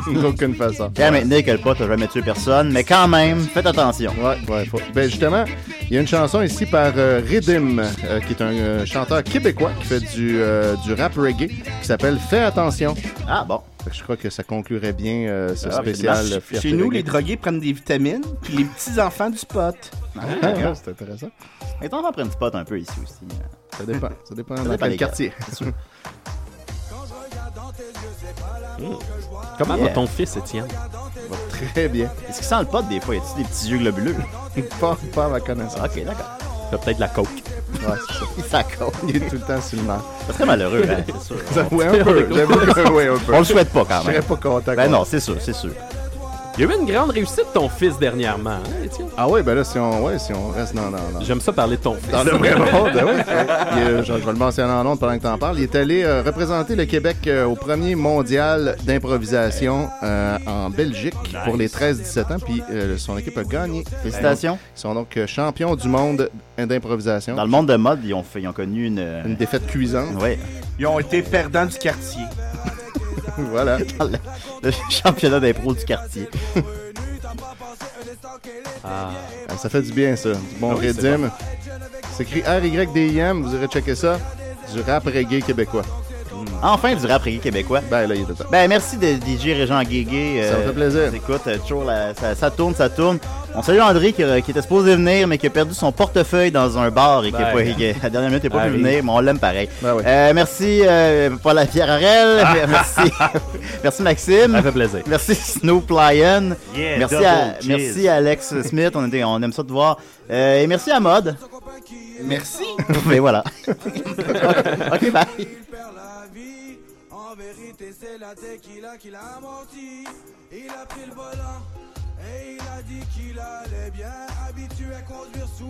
Speaker 6: D'aucune façon.
Speaker 4: Pierre maintenant que le pote a jamais tué personne, mais quand même, faites attention.
Speaker 6: Ouais, ouais. faut- Ben justement, il y a une chanson ici par euh, Redim, euh, qui est un euh, chanteur québécois qui fait du, euh, du rap reggae, qui s'appelle Fais attention.
Speaker 4: Ah bon. ben,
Speaker 6: Je crois que ça conclurait bien euh, ce
Speaker 8: Ah,
Speaker 6: spécial.
Speaker 8: c'est-
Speaker 6: euh, Fierté
Speaker 8: Chez nous,
Speaker 6: Reggae.
Speaker 8: les drogués prennent des vitamines, puis les petits-enfants du spot.
Speaker 6: Ah, ouais, c'est intéressant.
Speaker 4: Mais t'en vas prendre du pot un peu ici aussi. hein.
Speaker 6: Ça dépend. Ça dépend
Speaker 4: Ça
Speaker 6: dans
Speaker 4: dépend
Speaker 6: quel
Speaker 4: des
Speaker 6: quartier.
Speaker 4: gars, c'est sûr.
Speaker 5: Comment
Speaker 4: Yeah.
Speaker 5: va ton fils, Étienne?
Speaker 6: Très bien.
Speaker 4: Est-ce qu'il sent le pote des fois? Y a-t-il des petits yeux globuleux?
Speaker 6: Pas, pas à ma connaissance.
Speaker 4: ok, d'accord.
Speaker 5: Il a peut-être de la coke.
Speaker 6: Ouais, c'est ça.
Speaker 4: Il s'accorde.
Speaker 6: Il est tout le temps sur le nerf.
Speaker 4: C'est très malheureux, hein, c'est sûr.
Speaker 6: Ça- ouais, un peu. J'avoue que- ouais, un peu.
Speaker 4: On le souhaite pas quand
Speaker 6: Je
Speaker 4: même.
Speaker 6: serais pas content.
Speaker 4: Ben
Speaker 6: qu'on-
Speaker 4: non, c'est sûr, c'est sûr.
Speaker 5: Il y a eu une grande réussite, ton fils, dernièrement, hein, Étienne?
Speaker 6: Ah ouais, ben là, si on, ouais, si on reste dans, dans, dans-
Speaker 5: J'aime ça parler de ton fils.
Speaker 6: Dans le vrai monde, ben oui. Il est- je, je vais le mentionner en ondes pendant que t'en parles. Il est allé euh, représenter le Québec euh, au premier mondial d'improvisation euh, en Belgique pour les 13-17 ans. Puis euh, son équipe a gagné.
Speaker 4: Félicitations.
Speaker 6: Ils sont donc euh, champions du monde d'improvisation.
Speaker 4: Dans le monde de mode, ils ont, fait- ils ont connu une. euh,
Speaker 6: Une défaite cuisante.
Speaker 4: Ouais.
Speaker 8: Ils ont été perdants du quartier.
Speaker 6: voilà.
Speaker 4: Dans le, le championnat d'impro du quartier.
Speaker 5: Ah.
Speaker 6: Ah, Ça fait du bien, ça. Du bon
Speaker 5: Ah oui, c'est
Speaker 6: rythme. C'est écrit R-Y-D-I-M. Vous irez checker ça. Du rap reggae québécois.
Speaker 4: Enfin, du rap reggae québécois.
Speaker 6: Ben là, il est de temps.
Speaker 4: Ben, merci de DJ Régent Guégué.
Speaker 6: Ça me fait plaisir.
Speaker 4: Écoute, euh, toujours, la- ça, ça tourne, ça tourne. On salue André qui, euh, qui était supposé venir, mais qui a perdu son portefeuille dans un bar et qui,
Speaker 5: Ben.
Speaker 4: a pas- qui a- à la dernière minute, n'est pas pu
Speaker 5: Arrive.
Speaker 4: venir, mais on l'aime pareil.
Speaker 6: Ben oui.
Speaker 4: Euh, merci, euh, Paul Pierre Arel. merci, merci, Maxime.
Speaker 5: Ah! Ça fait plaisir.
Speaker 4: Merci Snow Plyan.
Speaker 7: Yeah,
Speaker 4: merci,
Speaker 7: double
Speaker 4: à,
Speaker 7: cheese.
Speaker 4: merci à Alex Smith. On, était- on aime ça de voir. Euh, et merci à Mod.
Speaker 8: Merci.
Speaker 4: Mais voilà. ok, bye.
Speaker 11: En vérité, c'est la tequila qui l'a menti. Il a pris le volant et il a dit qu'il allait bien habitué à conduire sous.